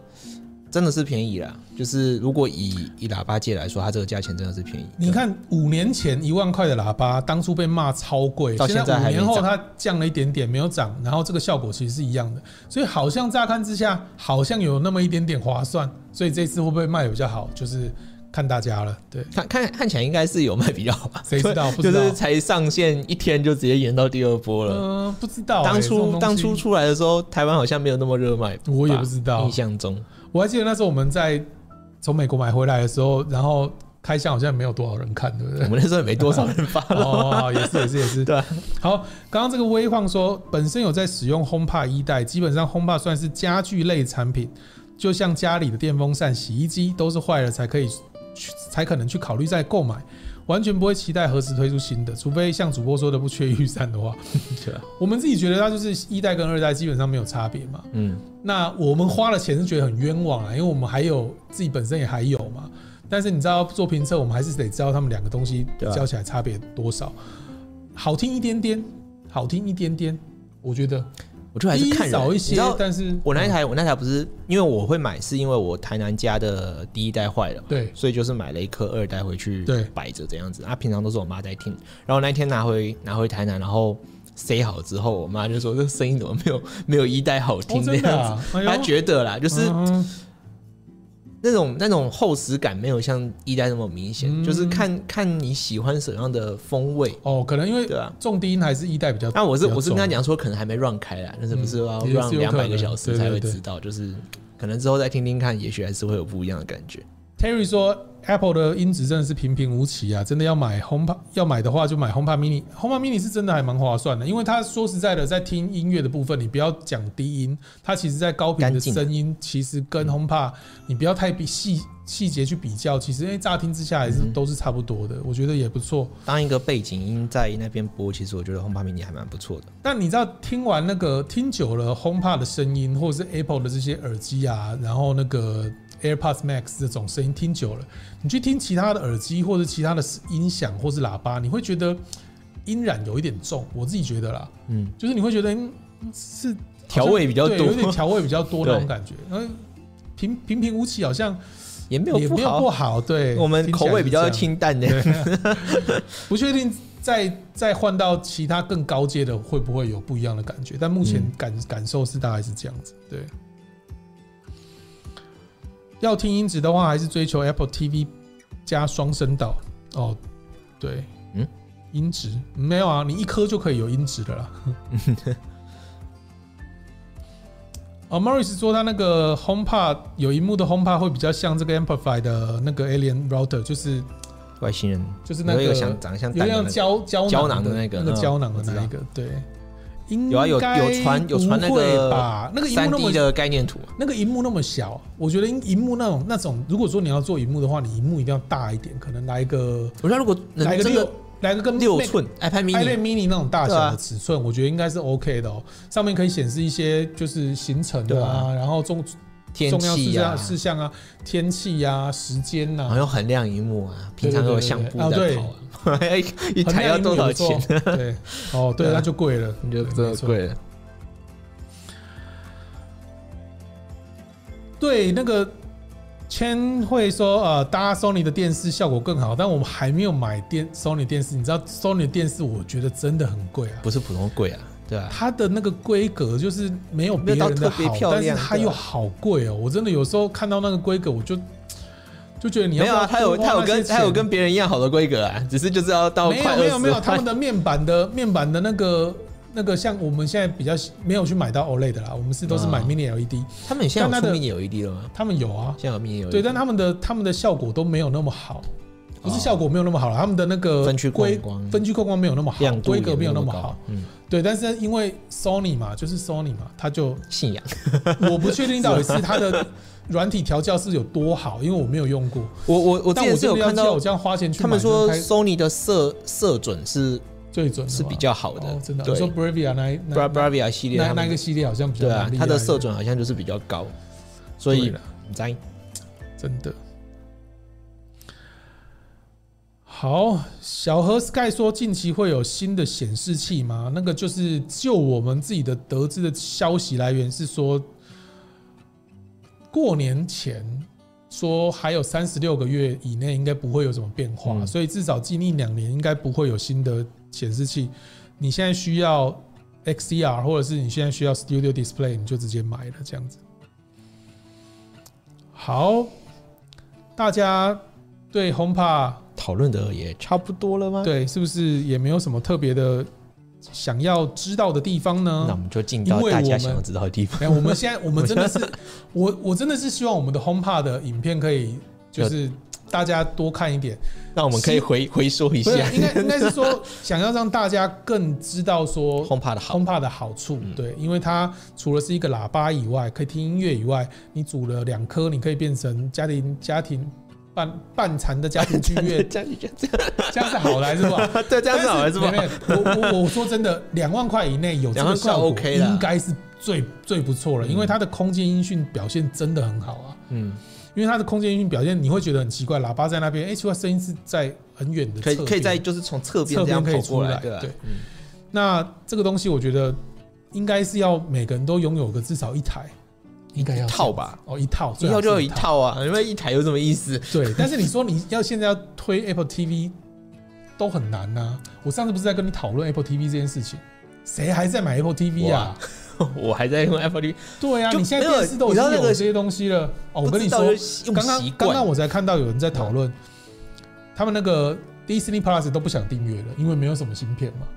真的是便宜啦。就是如果以以喇叭界来说，它这个价钱真的是便宜。
你看五年前一万块的喇叭，当初被骂超贵，
到
现
现在
五
还没
年后
涨
它降了一点点，没有涨，然后这个效果其实是一样的，所以好像乍看之下好像有那么一点点划算，所以这次会不会卖得比较好，就是看大家了，对，
看看看起来应该是有卖比较好吧？
谁知 道不
就
知道
是才上线一天就直接延到第二波了。
嗯、不知道欸、
当
这种
初
东
当
西
初出来的时候，台湾好像没有那么热卖吧，
我也不知道
印象中
我还记得那时候我们在从美国买回来的时候，然后开箱好像没有多少人看，对不
我
对？
们那时候也没多少人 发了。
哦，也是也是也是，
对啊
好，刚刚这个微晃说，本身有在使用 HomePod 一代，基本上 HomePod 算是家具类产品，就像家里的电风扇、洗衣机都是坏了才可以去，才可能去考虑再购买，完全不会期待何时推出新的，除非像主播说的不缺预算的话。
对啊
我们自己觉得它就是一代跟二代基本上没有差别嘛。
嗯，
那我们花了钱是觉得很冤枉啊，因为我们还有自己本身也还有嘛。但是你知道做评测，我们还是得知道他们两个东西
对啊
交起来差别多少，好听一点点，好听一点点，我觉得
我啊就还是
一
看人。
少一
你
些
知道，
但是
我那一台我那台不是因为我会买，是因为我台南家的第一代坏了嘛，
对
所以就是买了一颗二代回去
对
摆着这样子。啊，平常都是我妈在听，然后那一天拿回拿回台南，然后塞好之后，我妈就说这声音怎么没有 没有一代好听
哦
这
真的
样
啊
子，
哎呦
她觉得啦，就是
嗯
那种那种厚实感没有像一代那么明显，
嗯
就是看看你喜欢什么样的风味，
哦，可能因为
对啊。
重低音还是一代比较。
那我是
比较
我是跟
重
他讲说，可能还没 run 开啦，但是不是要
也是有可
run
能
两百个小时
对对
才会
对
知道，就是可能之后再听听看，也许还是会有不一样的感觉。
Terry 说，Apple 的音质真的是平平无奇啊！真的要买 HomePod，要买的话就买 HomePod Mini。HomePod Mini 是真的还蛮划算的，因为它说实在的，在听音乐的部分，你不要讲低音，它其实在高频的
干净
声音，其实跟 HomePod 你不要太比细细节去比较，其实哎、乍听之下还是都是差不多的，我觉得也不错。
当一个背景音在那边播，其实我觉得红帕迷你还蛮不错的。
但你知道，听完那个听久了 HomePod 的声音，或者是 Apple 的这些耳机啊，然后那个 AirPods Max 这种声音听久了，你去听其他的耳机或者其他的音响或是喇叭，你会觉得嘖音染有一点重，我自己觉得啦，
嗯，
就是你会觉得嗯是
调味比较
对有点
多，
调味比较多那种
对
感觉，然后平平平无奇，好像
也没有
也
不
没有不
好。
好，对，
我们
听起
口
来
味
是
比较
这样
清淡的，
不确定再再换到其他更高阶的会不会有不一样的感觉，但目前
嗯
感、感受是大概是这样子。对，要听音质的话，还是追求 Apple TV 加双声道。哦，对，
嗯，
音质没有啊，你一颗就可以有音质的 啦。哦，Morris 说他那个 HomePod 有一幕的 HomePod 会比较像这个 Amplify 的那个 Alien Router，就是
外星人
就是那
有
个
一个想长得像
有
蛋的
点
那
像
个
胶胶
胶囊
囊
的
那
那个
那个
嗯
胶囊的
我知
那
道
一个，对，应
有啊有
该
有传有传那
不会
个
吧？那个荧
三
幕那
D
么
的概念图嘛，啊
那个荧幕那么小，我觉得荧幕那种那种，如果说你要做荧幕的话，你荧幕一定要大一点，可能来一个
我觉得如果
来
能
一个
真
六
的
来个跟
六
Mac-
寸 iPad mini，
iPad mini 那种大小
对
的
啊
尺寸，我觉得应该是 OK 的哦。上面可以显示一些就是行程
对
啊，
啊
然后重
天
重要事
气啊呀
项，事项啊、天气呀、时间呐
然后，用很亮荧幕啊，平常都有相簿
对
在
对对
跑 啊，一台要多少钱？
很亮荧幕也不错？对，哦，对，
对啊
那就贵了，
你就
对
真
没
的
错
贵了。啊
对，那个千惠说，呃，搭 Sony 的电视效果更好，但我们还没有买电 Sony 电视。你知道 Sony 电视，我觉得真的很贵啊。
不是普通贵啊，对啊，
它的那个规格就是没有别
没有到
人的
特别
好，
漂
但是
亮
它
对啊
又好贵哦。我真的有时候看到那个规格，我就就觉得你要
没有
不要
啊，他有
多
他有
花那些
跟他有
钱
跟别人一样好的规格啊，只是就是要到
没有
快
没有没有，
20
他们的面板的面板的那个那个，像我们现在比较没有去买到 OLED 的啦，我们是都是买
啊
Mini LED，
他们现在有
但
出
它的
mini LED 了吗？
他们有啊，
现在有 mini LED，
对，但他们的他们的效果都没有那么好，不是
哦
效果没有那么好了，他们的那个
分区
规
光光
分区控光没有那么好
亮，度
规格
也
没有那
那
么
高
好，，
嗯，
对，但是因为 Sony 嘛，就是 Sony 嘛，它就
信仰。
我不确定到底是它的软体调教是有多好，因为我没有用过，
我我我之
但我
前是
真
有
的要
看
知道
到
我这样花钱去
他
买，
们说
就是它
Sony 的色色准是
最准的
是
嘛
比较好的
哦，真的，
对
我说 Bravia 那一那
Bra Bravia 系列
那
他
那
们
一个系列好像比较
对啊
蛮厉，害
它的色准好像就是比较高，所
对
以
啦
你在
真的。好，小何 Sky 说近期会有新的显示器吗？那个就是就我们自己的得知的消息来源是说，过年前说还有三十六个月以内应该不会有什么变化，
嗯
所以至少近一两年应该不会有新的显示器。你现在需要 XDR 或者是你现在需要 Studio Display，你就直接买了这样子。好，大家对 HomePod
讨论的也差不多了吗？，
对是不是也没有什么特别的想要知道的地方
那我
呢？
们就进
啊因
到
为
大
我
家
们
想要知道的地方，
哎，我们现在我们真的是，我我真的是希望我们的 HomePod 的影片可以 就是大家多看一点，
那我们可以回回说一
不
下
是应该应该是说想要让大家更知道说
HomePod 的好，
HomePod 的好处，
嗯
对，因为它除了是一个喇叭以外，可以听音乐以外，你组了两颗，你可以变成家庭家庭半半残的家庭剧院
，这样这样
这样是好的还是不好？
对这样子好还是不好
但？没有我我我说真的，两万块以内有这个效果，
2万块 OK 啦
应该是最最不错了，因为它的空间音讯表现真的很好啊。
嗯，
因为它的空间音讯表现，你会觉得很奇怪，喇叭在那边，哎、奇怪，声音是在很远的
可
侧
以
边，
可以在就是从侧边
侧
这
边
样
可以
跑
出
过
来
来，对吧
对？
嗯
那这个东西，我觉得应该是要每个人都拥有个至少一台，应该要这样
套吧？
哦，一套，
一
最
套
好
就有
是
一。套啊， 因为一台有什么意思？
对，但是你说你要现在要推 Apple TV 都很难呐、我上次不是在跟你讨论 Apple TV 这件事情，谁还在买 Apple TV 啊？
我还 在用 Apple TV，
对啊，
就
你现在
没有
电视都已
你知道
经
那
有
个
这些东西了。哦，我跟你
不知道
说，
就用
刚刚
习
刚刚
惯。
我才看到有人在讨论，他们那个 Disney Plus 都不想订阅了，因为没有什么芯片嘛。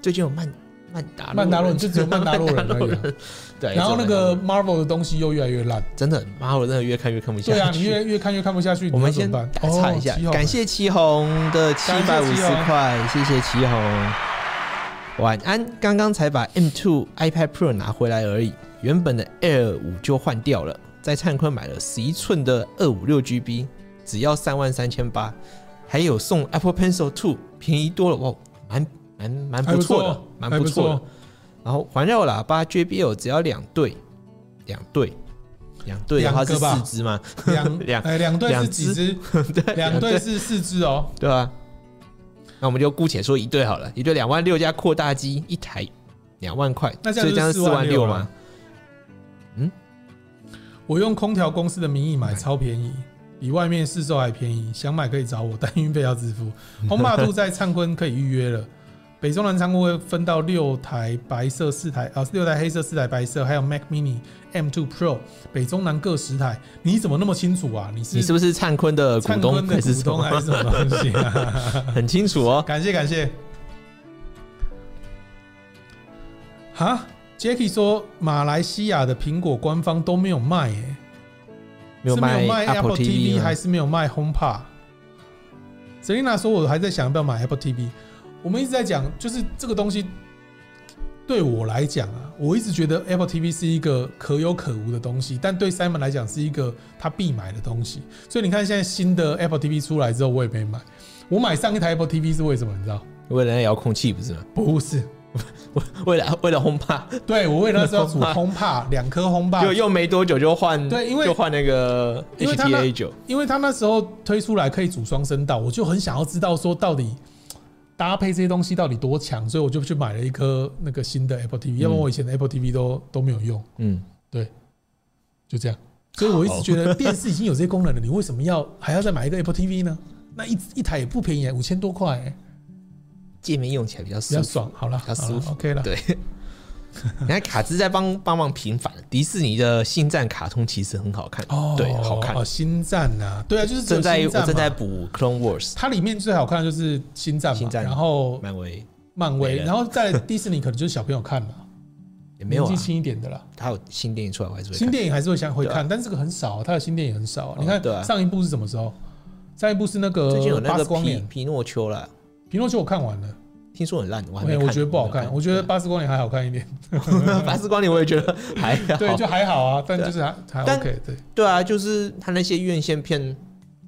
最近有曼曼达
曼达洛
人
人就只有曼达洛人而已啊、
对，
然后那
只有
个
曼
Marvel 的东西又越来越烂。
达洛人真的，妈，我真的越看越看不下去。
对啊，你越越看越看不下去。
我们
你要
先
怎么办
打岔一下
哦七，号
感谢祁红的七百
感
五
谢
十
祁宏
块，谢谢祁红。晚安，刚刚才把 M2 iPad Pro 拿回来而已，原本的 Air 五就换掉了，在灿坤买了十一寸的二五六 GB，只要三万三千八，还有送 Apple Pencil Two，便宜多了哦，蛮蛮蛮不
还哎不
错的
错，
蛮
还
不
不
错的。然后环绕喇叭 JBL 只要两对，两对，两对的话是
两个吧
四只吗？
两
两
哎两队
两
是
只
几只？
对，
两队是四只哦。
对啊，那我们就姑且说一对好了，一对两万六加扩大机一台两万块，
那这
所以这
样
样
就是
四万
46,600
嘛？
我用空调公司的名义买，超便宜，比外面市售还便宜。想买可以找我，但运费要自 付。红马度在灿坤可以预约了。北中南仓库会分到六台白色四台啊，六台黑色四台白色，还有 Mac Mini M2 Pro，北中南各十台。你怎么那么清楚啊？你是
你是不是灿坤的股
灿
东
坤的
还是
股
什么
东还是什么东西啊？
很清楚哦。
感谢感谢。哈，Jacky 说马来西亚的苹果官方都没有卖、耶，
没有
是没有
卖
卖
Apple
TV，
TV
还
吗
是没有卖 HomePod。Selina 说，我还在想要不要买 Apple TV。我们一直在讲，就是这个东西对我来讲啊，我一直觉得 Apple TV 是一个可有可无的东西，但对 Simon 来讲是一个他必买的东西。所以你看，现在新的 Apple TV 出来之后，我也没买。我买上一台 Apple TV 是为什么？你知道？
为了那遥控器不是吗？
不是，
为了为了轰趴，
对我为了那 时候组
HomePod
HomePod 两颗 HomePod，
就用没多久就换，
对因为
就换那个
因为他那
HTA 九，
因为他那时候推出来可以组双声道，我就很想要知道说到底搭配这些东西到底多强，所以我就去买了一颗那个新的 Apple TV，、要不然我以前的 Apple TV 都都没有用，
嗯，
就这样。所以我一直觉得电视已经有这些功能了，你为什么要还要再买一个 Apple TV 呢？那一一台也不便宜、五千多块、欸，
界面用起来比较
比
舒
较啊
服。
爽。好了，
比较
好
舒
了
服
，OK 了。
对 你看卡兹在帮帮忙平反，迪士尼的星战卡通其实很好看，
哦，
对，好看
哦，。星战啊，对啊，就是只有
正在
星
我
战
正在
嘛
补 Clone Wars，
它里面最好看的就是星战嘛，
星战
然后
漫威
漫威，
没了
然后在迪士尼可能就是小朋友看了，
也 没有啊
年纪，轻一点的啦。
他有新电影出来，我还是会看
新电影还是会想会
对啊
看，但这个很少啊，他的新电影很少啊。
哦
你看
对啊
上一部是什么时候？上一部是那个
最近有
《
那
巴
个
斯光
皮
年》，
皮诺丘啦，
《皮诺丘》我看完了，
听说很烂，我还没
哎
看。
我觉得不好看，我觉得《
对
巴斯光年》还好 看一点。
《巴斯光年》我也觉得还好。
对，就还好啊，但
对啊
就是还还
但
OK。对，
对啊，就是他那些院线片，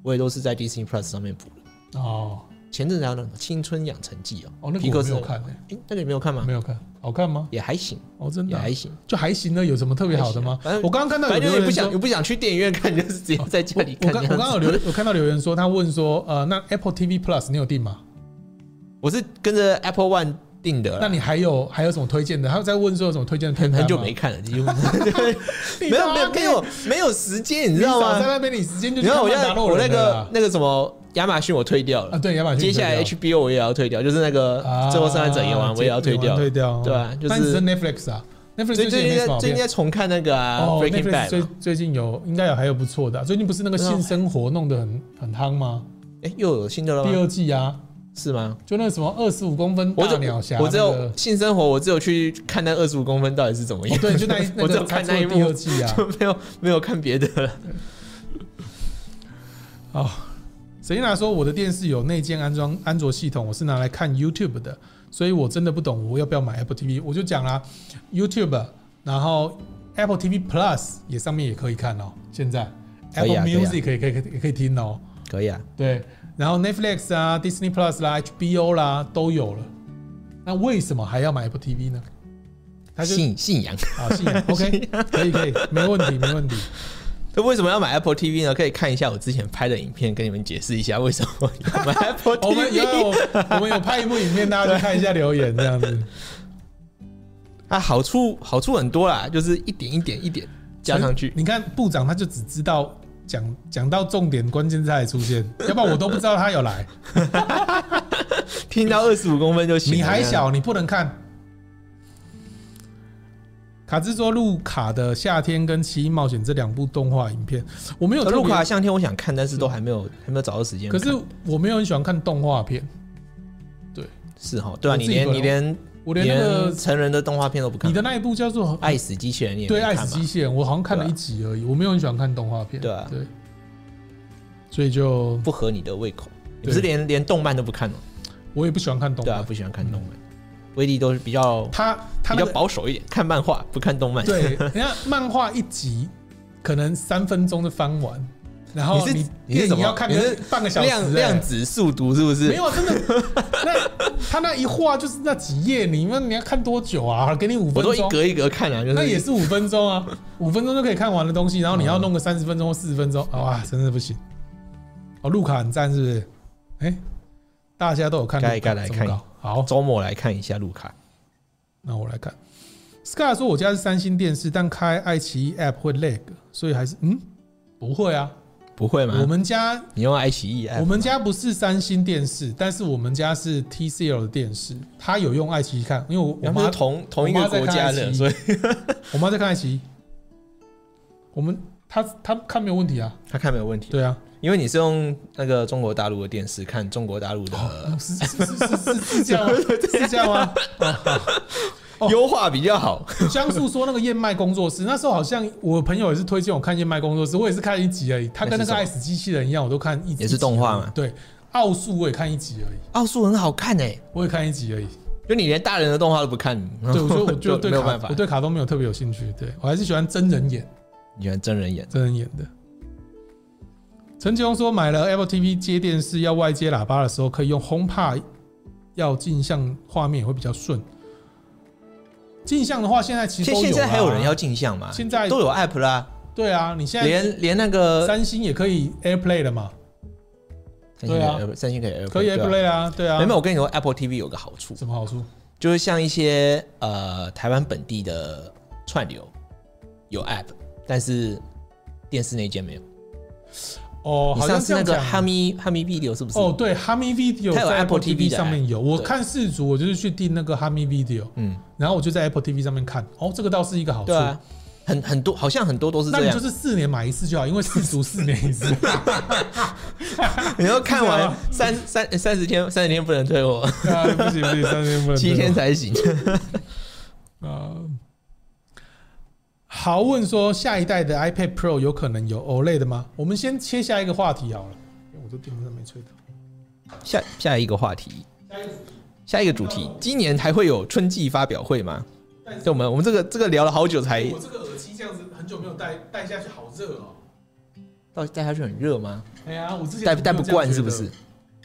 我也都是在 Disney Plus 上面补的。
哦
前阵子还有那个《青春养成记》哦，
哦，那
皮
个
克
我没
斯
有
的
看诶，
诶那个你没有看吗？
没有看，好看吗？
也还行，
哦，真
也
的啊
还行。
就还行呢，有什么特别好的吗
还行啊反？正
我刚刚看到有
反正
留
你
言
不想
说
你不想去电影院看，就是直接在家里
我
看。
刚
这
我
样
刚
子
刚有留我看到留言说，他问说，呃，那 Apple TV Plus 你有订 吗？
我是跟着 Apple One 订的啦，
那你还有还有什么推荐的？他在问说有什么推荐的片
很
单吗？
很久没看了，几乎没
没
有没有没有没有时间，你知道
你早在
吗？
那边你时间就
你看我
去
现
看
在
曼达洛
我那
人了啦
个那个什么亚马逊我退掉了
啊，，对，亚马逊
接
退
下来
掉
HBO 我也要退掉，就是那个
啊
《最后生还者》也完，我也要退
也
掉
完。退掉，
对啊就是
但只剩 Netflix 啊，Netflix
所以
最
最近
近也没
在
什么好
最近
片。
在重看那个啊
哦
《Breaking
，Netflix
Bad》
最
嘛，
最近有应该有还有不错的啊、最近不是那个性生活弄得很很夯吗？
哎，又有新的了
第
吗？
二季啊，
是吗？
就那个什么二十五公分
我
大
只
鸟侠、那个
我只有性生活，我只有去看那二十五公分到底是怎么
哦
样。
对，就那一 那
我只有
个
看
才
那一
出了第
幕
二，季啊。
就没有没有看别的了。
沈一娜说：“我的电视有内建安装安卓系统，我是拿来看 YouTube 的，所以我真的不懂我要不要买 Apple TV。我就讲啦，YouTube，然后 Apple TV Plus 也上面也可以看哦，现在
可以
Apple
啊可以啊
Music 可以可以可以可以听哦，
可以啊，
对，然后 Netflix 啊、Disney Plus 啦、HBO 啦都有了。那为什么还要买 Apple TV 呢？他就
信信仰。
啊， 信仰 OK，可以可以，没问题没问题。
那为什么要买 Apple TV 呢？可以看一下我之前拍的影片，跟你们解释一下为什么要买 Apple
我们
TV。
有我们有拍一部影片，大家去看一下留言这样子。
啊，好处好处很多啦，就是一点一点一点加上去。
哎你看部长他就只知道讲讲到重点，关键字才出现， 要不然我都不知道他 有来。
听到二十五公分就行了。
你还小，你不能看。卡兹说，路卡的夏天跟奇异冒险这两部动画影片，我没有
呃，
特
路
别
卡，相片我想看，但是都还没有还没有找到时间
可
看。
是我没有很喜欢看动画片，
是哈，对啊，
我
你
自己
连
本
你连
我
你
连那个
成人的动画片都不看
你
吗，
的那一部叫做
爱死机器人你也
对
没
《爱
看
死
嘛
机器人》，我好像看了
对啊
一集而已，我没有很喜欢看动画片。
对啊
对，所以就
不合你的胃口，你
对
不是连连动漫都不看哦？
我也不喜欢看动
对啊，
画。
不喜欢看动漫，威力都是比较
他他
比较
那个
保守一点，看漫画不看动 漫。
对，人家漫画一集可能三分钟就翻完，然后
你是你是
电
什
影
么
要看
你
个
是
半个小时、
量
欸
量子速读是不
没
是？
有啊，真的。那他那一画就是那几页，你们你要看多久啊？给你五
我
分
都一
钟，
格一格看啊，就是
那也是五分钟啊，五分钟就可以看完的东西，然后你要弄个三十分钟或四十分钟，啊哇，真的不行。哦，路卡很赞是不是？哎、大家都有看路卡，
该该来
怎么
看
搞好，
周末来看一下路卡。
那我来看。Scar 说：“我家是三星电视，但开爱奇艺 App 会 lag，所以还是嗯，不会啊。
不会吗？
我们家
你用爱奇艺 app，
我们家不是三星电视，但是我们家是 TCL 的电视，它有用爱奇艺看，因为我我
我们
妈
是同同一个国家
我妈在看爱
的，
奇艺
所以
我妈在看爱奇艺，我们她她看没有问题啊，
他看没有问题。
对啊，
因为你是用那个中国大陆的电视看中国大陆的
是是是是是是这样吗？是这样吗？哦
优化比较好，
江素说那个燕麦工作室，那 时候好像我朋友也是推荐我看燕麦工作室，我也是看一集而已。他跟
那
那
是什
个
么
爱死机器人一样，我都看一集
也是动画嘛
对，奥数我也看一集而已，
奥数很好看哎、
我也看欸一集而已。
就你连大人的动画都不看，
对，我觉得我就
就
对
没有办
卡，
法
我。对卡通没有特别有兴趣。对我还是喜欢真人演，
你喜欢真人演，
真人演的。陈启宏说，买了 Apple TV 接电视要外接喇叭的时候，可以用 HomePod 要镜像画面也会比较顺。镜像的话，现在其实
现
都
现
有
在还
啦
有人要镜像吗？
现在
都有 app 啦，
对啊，你现在
连连那个
三星也可以 AirPlay 了嘛？
三星可以
对啊
App- 三星可以 app，
可以
对啊
AirPlay 啊，对啊。
没有，我跟你说，Apple TV 有个好处，
什么好处？
就是像一些呃台湾本地的串流有 app，但是电视那间没有。
哦，
你
好
上
像
次
这
那
样
个
讲
哈密哈密 video 是不是？
哦，对，哈密 Video
它有
在
Apple TV 的 app，
上面有。我
对
看世足，我就是去订那个哈密 Video，
嗯，
然后我就在 Apple TV 上面看。哦，这个倒是一个好处
对。啊，很很多好像很多都是
那
这
你就
样。
是四年买一次就好，因为世足四年 一次。
你要看
是这
完
样吗
三三呃三十天，三十天不能退货，
啊，不行不行，三年不能。
七天才行。
啊。豪问说，下一代的 iPad Pro 有可能有 OLED 吗？我们先切下一个话题好了。因为我都电风扇没吹到。
下下一个话题，下一个主题，今年还会有春季发表会吗？就我们我们这个这个聊了好久才
哎我这个耳机这样子很久没有戴戴下去，好热哦。
到戴下去很热吗？
哎呀，我之前
戴
都没有
戴不
这样
惯
觉
是不
得
是？？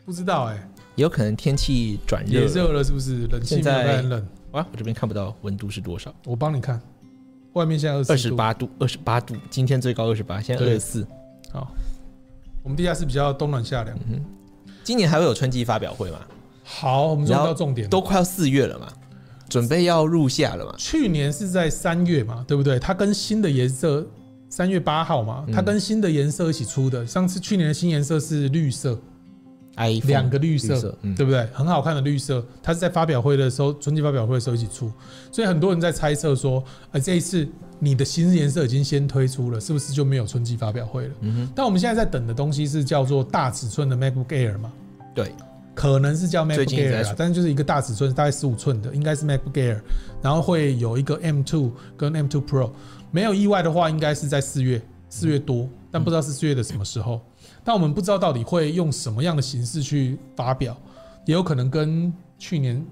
不知道哎、
也有可能天气转
也
热了。
热了是不是？冷气没
现
有
在
太冷，
哇，我这边看不到温度是多少，
我帮你看，外面现在
二
二
十。八度，二十八度，今天最高二十八，现在二
对
十四。
我们地下室比较冬暖夏
嗯
凉。
今年还会有春季发表会吗？
好，我们说
然后
到重点了。
都快要四月了嘛，准备要入夏了嘛。
去年是在三月嘛，对不对？它跟新的颜色三月八号嘛，
嗯
它跟新的颜色一起出的。上次去年的新颜色是绿色，
iPhone
两个绿
绿
色
色，嗯
对不对？很好看的绿色，它是在发表会的时候，春季发表会的时候一起出，所以很多人在猜测说，呃，这一次你的新颜色已经先推出了，是不是就没有春季发表会了？
嗯哼，
但我们现在在等的东西是叫做大尺寸的 MacBook Air 嘛？
对，
可能是叫 MacBook
最近一直在
Air，
说
啦但是就是一个大尺寸，大概十五寸的，应该是 MacBook Air，然后会有一个 M2 跟 M2 Pro，没有意外的话，应该是在四月，四月多，但不知道是四月的什么时候。但我们不知道到底会用什么样的形式去发表，也有可能跟去年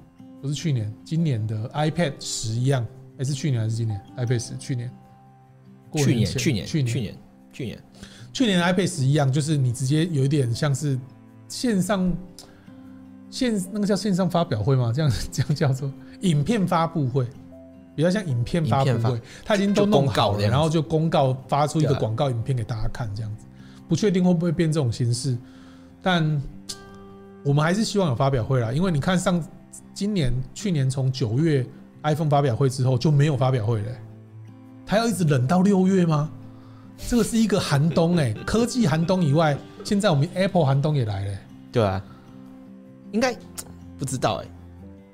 不是去年，今年的 iPad 十一样，还是去年还是今年 iPad 十？去年，过
去年
前
去年
去年
去年去年
去年的 iPad 十一样，就是你直接有一点像是线上线那个叫线上发表会吗？这样 这样叫做影片发布会，比较像影片发
影
布
片
会，他已经都
就公
弄
告
好
这
了，
样子
然后就公告发出一个
对啊
广告影片给大家看，这样子。不确定会不会变这种形式，但我们还是希望有发表会啦，因为你看上今年去年从九月 iPhone 发表会之后就没有发表会了、欸它要一直冷到六月吗？这个是一个寒冬哎、科技寒冬以外，现在我们 Apple 寒冬也来了、欸
对啊，应该不知道哎、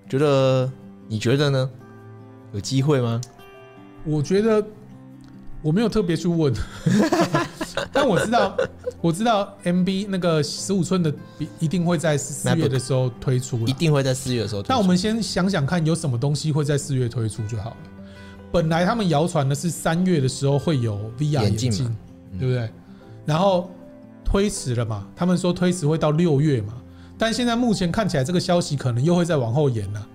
觉得你觉得呢？有机会吗？
我觉得我没有特别去问，但我知道，我知道 MB 那个十五寸的笔一定会在四月的时候推出啦
一定会在四月的时候推出。
那我们先想想看，有什么东西会在四月推出就好了。本来他们谣传的是三月的时候会有 VR 眼
眼镜
镜
嘛，嗯
对不对？然后推迟了嘛，他们说推迟会到六月嘛，但现在目前看起来这个消息可能又会再往后延了，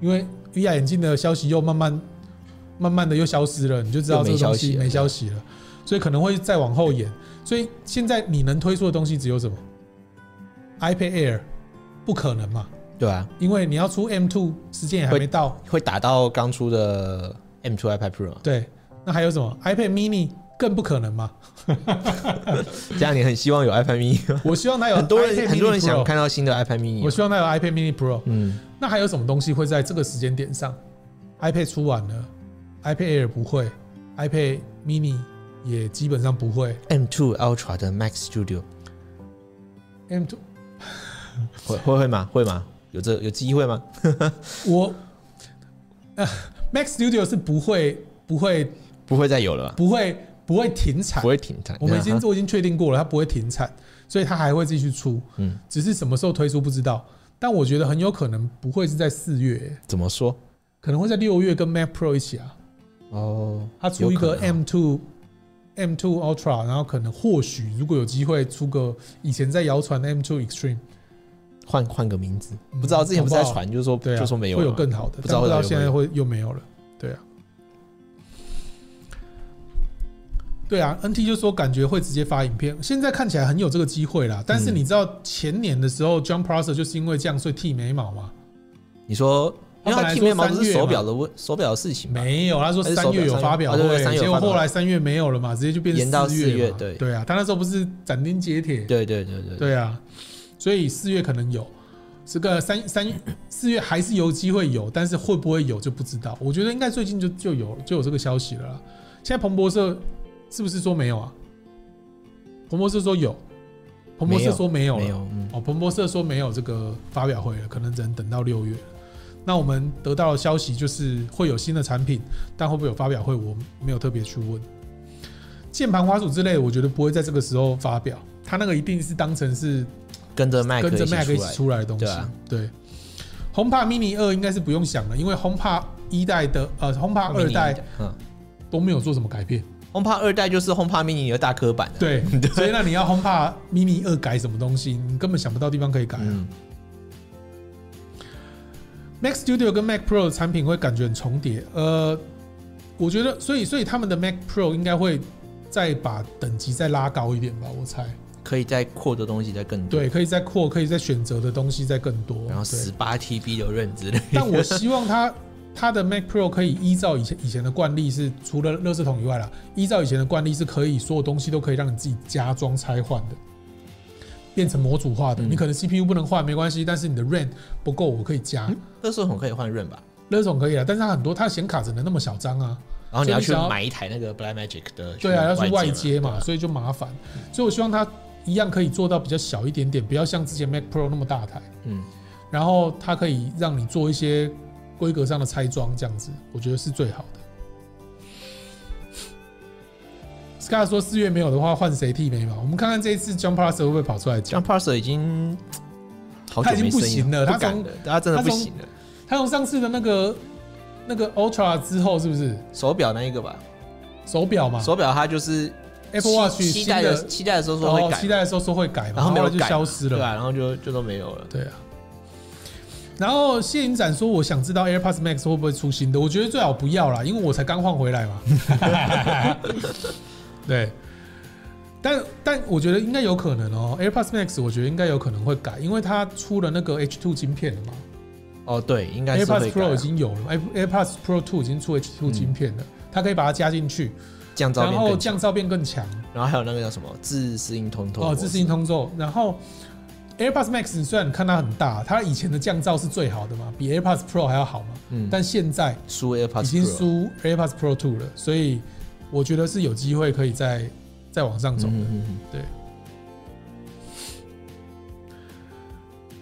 因为 VR 眼镜的消息又慢慢慢慢的又消失了，你就知道
又
这
没
个东
消息
西
了
没消息了，所以可能会再往后延。所以现在你能推出的东西只有什么？iPad Air 不可能嘛，
对啊，
因为你要出 M two 时间也还没到，
会打到刚出的 M2 iPad Pro 吗？
对，那还有什么 iPad mini 更不可 能嘛？
这样你很希望有 iPad mini 吗？
我希望它 有
很多
iPad
人很多
mini
人想
Pro，
看到新的 iPad
我
mini 啊。
希望它有 iPad mini Pro。
嗯，
那还有什么东西会在这个时间点上？iPad 出完了，iPad Air 不会，iPad mini 也基本上不会
M2 Ultra 的 Max Studio
，M two
会会会吗？会吗？有这有机会吗？
我 呃 Mac Studio 是不会不会
不会再有了吧？
不会不会停产
不，会停产。啊
我们已经我已经确定过了，它不会停产，所以它还会继续出，
嗯，
只是什么时候推出不知道。但我觉得很有可能不会是在四月，
怎么说？
可能会在六月跟 Mac Pro 一起啊，
哦，
它出一个
有可能
M two M two Ultra，然后可能或许如果有机会出个以前在谣传的 M two Extreme，
换换个名字，
嗯
不知道之前不是在
搞不好
传，就是说
对啊，
就说没有
会
了
有
嘛，
更好的，
不知
但
道
不知道
会有
现
没
在
有
会又没有了，对啊，对啊，NT 就说感觉会直接发影片，现在看起来很有这个机会啦。但是
嗯
你知道前年的时候，John Prosser 就是因为这样所以剃眉毛嘛？
你说，因为
他本来
他剃
说
眉毛不
三月
是手表
嘛
的问手表的事情嘛，
没有，他说
还是
三月有
手表
发表
啊对对
会，
三月
结
有
果
发表
后来三月没有了嘛，直接就变
延到
四
四月
嘛
对
对啊，他那时候不是斩钉截铁，
对对对对，
对啊，所以四月可能有，这个三三四月还是有机会有，但是会不会有就不知道。我觉得应该最近就就有就有这个消息了啦。现在彭博社是不是说没有啊？彭博社说有，彭博社说没有了。
没有，嗯，
哦，彭博社说没有这个发表会了，可能只能等到六月了。那我们得到的消息就是会有新的产品，但会不会有发表会，我没有特别去问。键盘、滑鼠之类的，我觉得不会在这个时候发表，它那个一定是当成是
跟着 Mac
跟着
起
Mac
出
一起
来
出来的东西。
对啊
对，HomePod Mini 二应该是不用想了，因为 HomePod 一代的呃 HomePod 二代，
嗯
都没有做什么改变。
，HomePod 二代就是 HomePod mini 的大科版啊，
对，所以那你要 HomePod Mini 二改什么东西，你根本想不到地方可以改啊、
嗯，
Mac Studio 跟 Mac Pro 的产品会感觉很重叠。呃，我觉得，所以所以他们的 Mac Pro 应该会再把等级再拉高一点吧，我猜。
可以再扩的东西再更多，
对，，可以再扩，可以再选择的东西再更多。
然后
对
十八 TB 的认 知类，
但我希望它 它的 Mac Pro 可以依照以前以前的惯例是，除了垃圾桶以外啦，依照以前的惯例是可以所有东西都可以让你自己加装拆换的，变成模组化的。
嗯
你可能 CPU 不能换没关系，但是你的 RAM 不够，我可以加。
那时候很可以换润吧，
垃圾桶可以啊，但是它很多它的显卡只能那么小张啊。
然后你要去
所以你想要
买一台那个 Black Magic 的，
对啊，要去外接
对
嘛，
啊
所以就麻烦。所以我希望它一样可以做到比较小一点点，不要像之前 Mac Pro 那么大台。
嗯，
然后它可以让你做一些规格上的拆装，这样子我觉得是最好的。Scar 说四月没有的话，换谁剃眉毛？我们看看这一次 John p a r s 会不会跑出来讲。
像 Parser 已经好
他
久
已经
没
不
声音
行了他
不敢
从
了，他真的
他
不
从
行了，
他从上次的那个那个 Ultra 之后，是不是
手表那一个吧，
手表嘛
手表它就是
？Apple Watch
期
新
期待的
的，
期待的时候说会
哦，
改
期，待的时候说会改嘛，
然后没有
来就
改嘛
消失了
对
嘛。
啊，然后就就都没有了。
对啊。然后谢云展说：“我想知道 AirPods Max 会不会出新的？我觉得最好不要啦，因为我才刚换回 来嘛。对，但但我觉得应该有可能哦、AirPods Max 我觉得应该有可能会改，因为它出了那个 H2 晶片了嘛。
哦，对，应该是会
AirPods
改
Pro 已
啊
经有了嘛，Air-，AirPods Pro Two 已经出 H2
嗯
晶片了，它可以把它加进去，
降噪
然
变
后
更
降
强，
噪变更强哦
然后还有那个叫什么自适应通透
哦，自适应通透，然后 AirPods Max 虽然看它很大，它以前的降噪是最好的嘛，比 AirPods Pro 还要好嘛，
嗯
但现在
输
已
AirPods
经
Pro，啊
输 AirPods Pro Two 了，所以我觉得是有机会可以再再往上走的。
嗯嗯嗯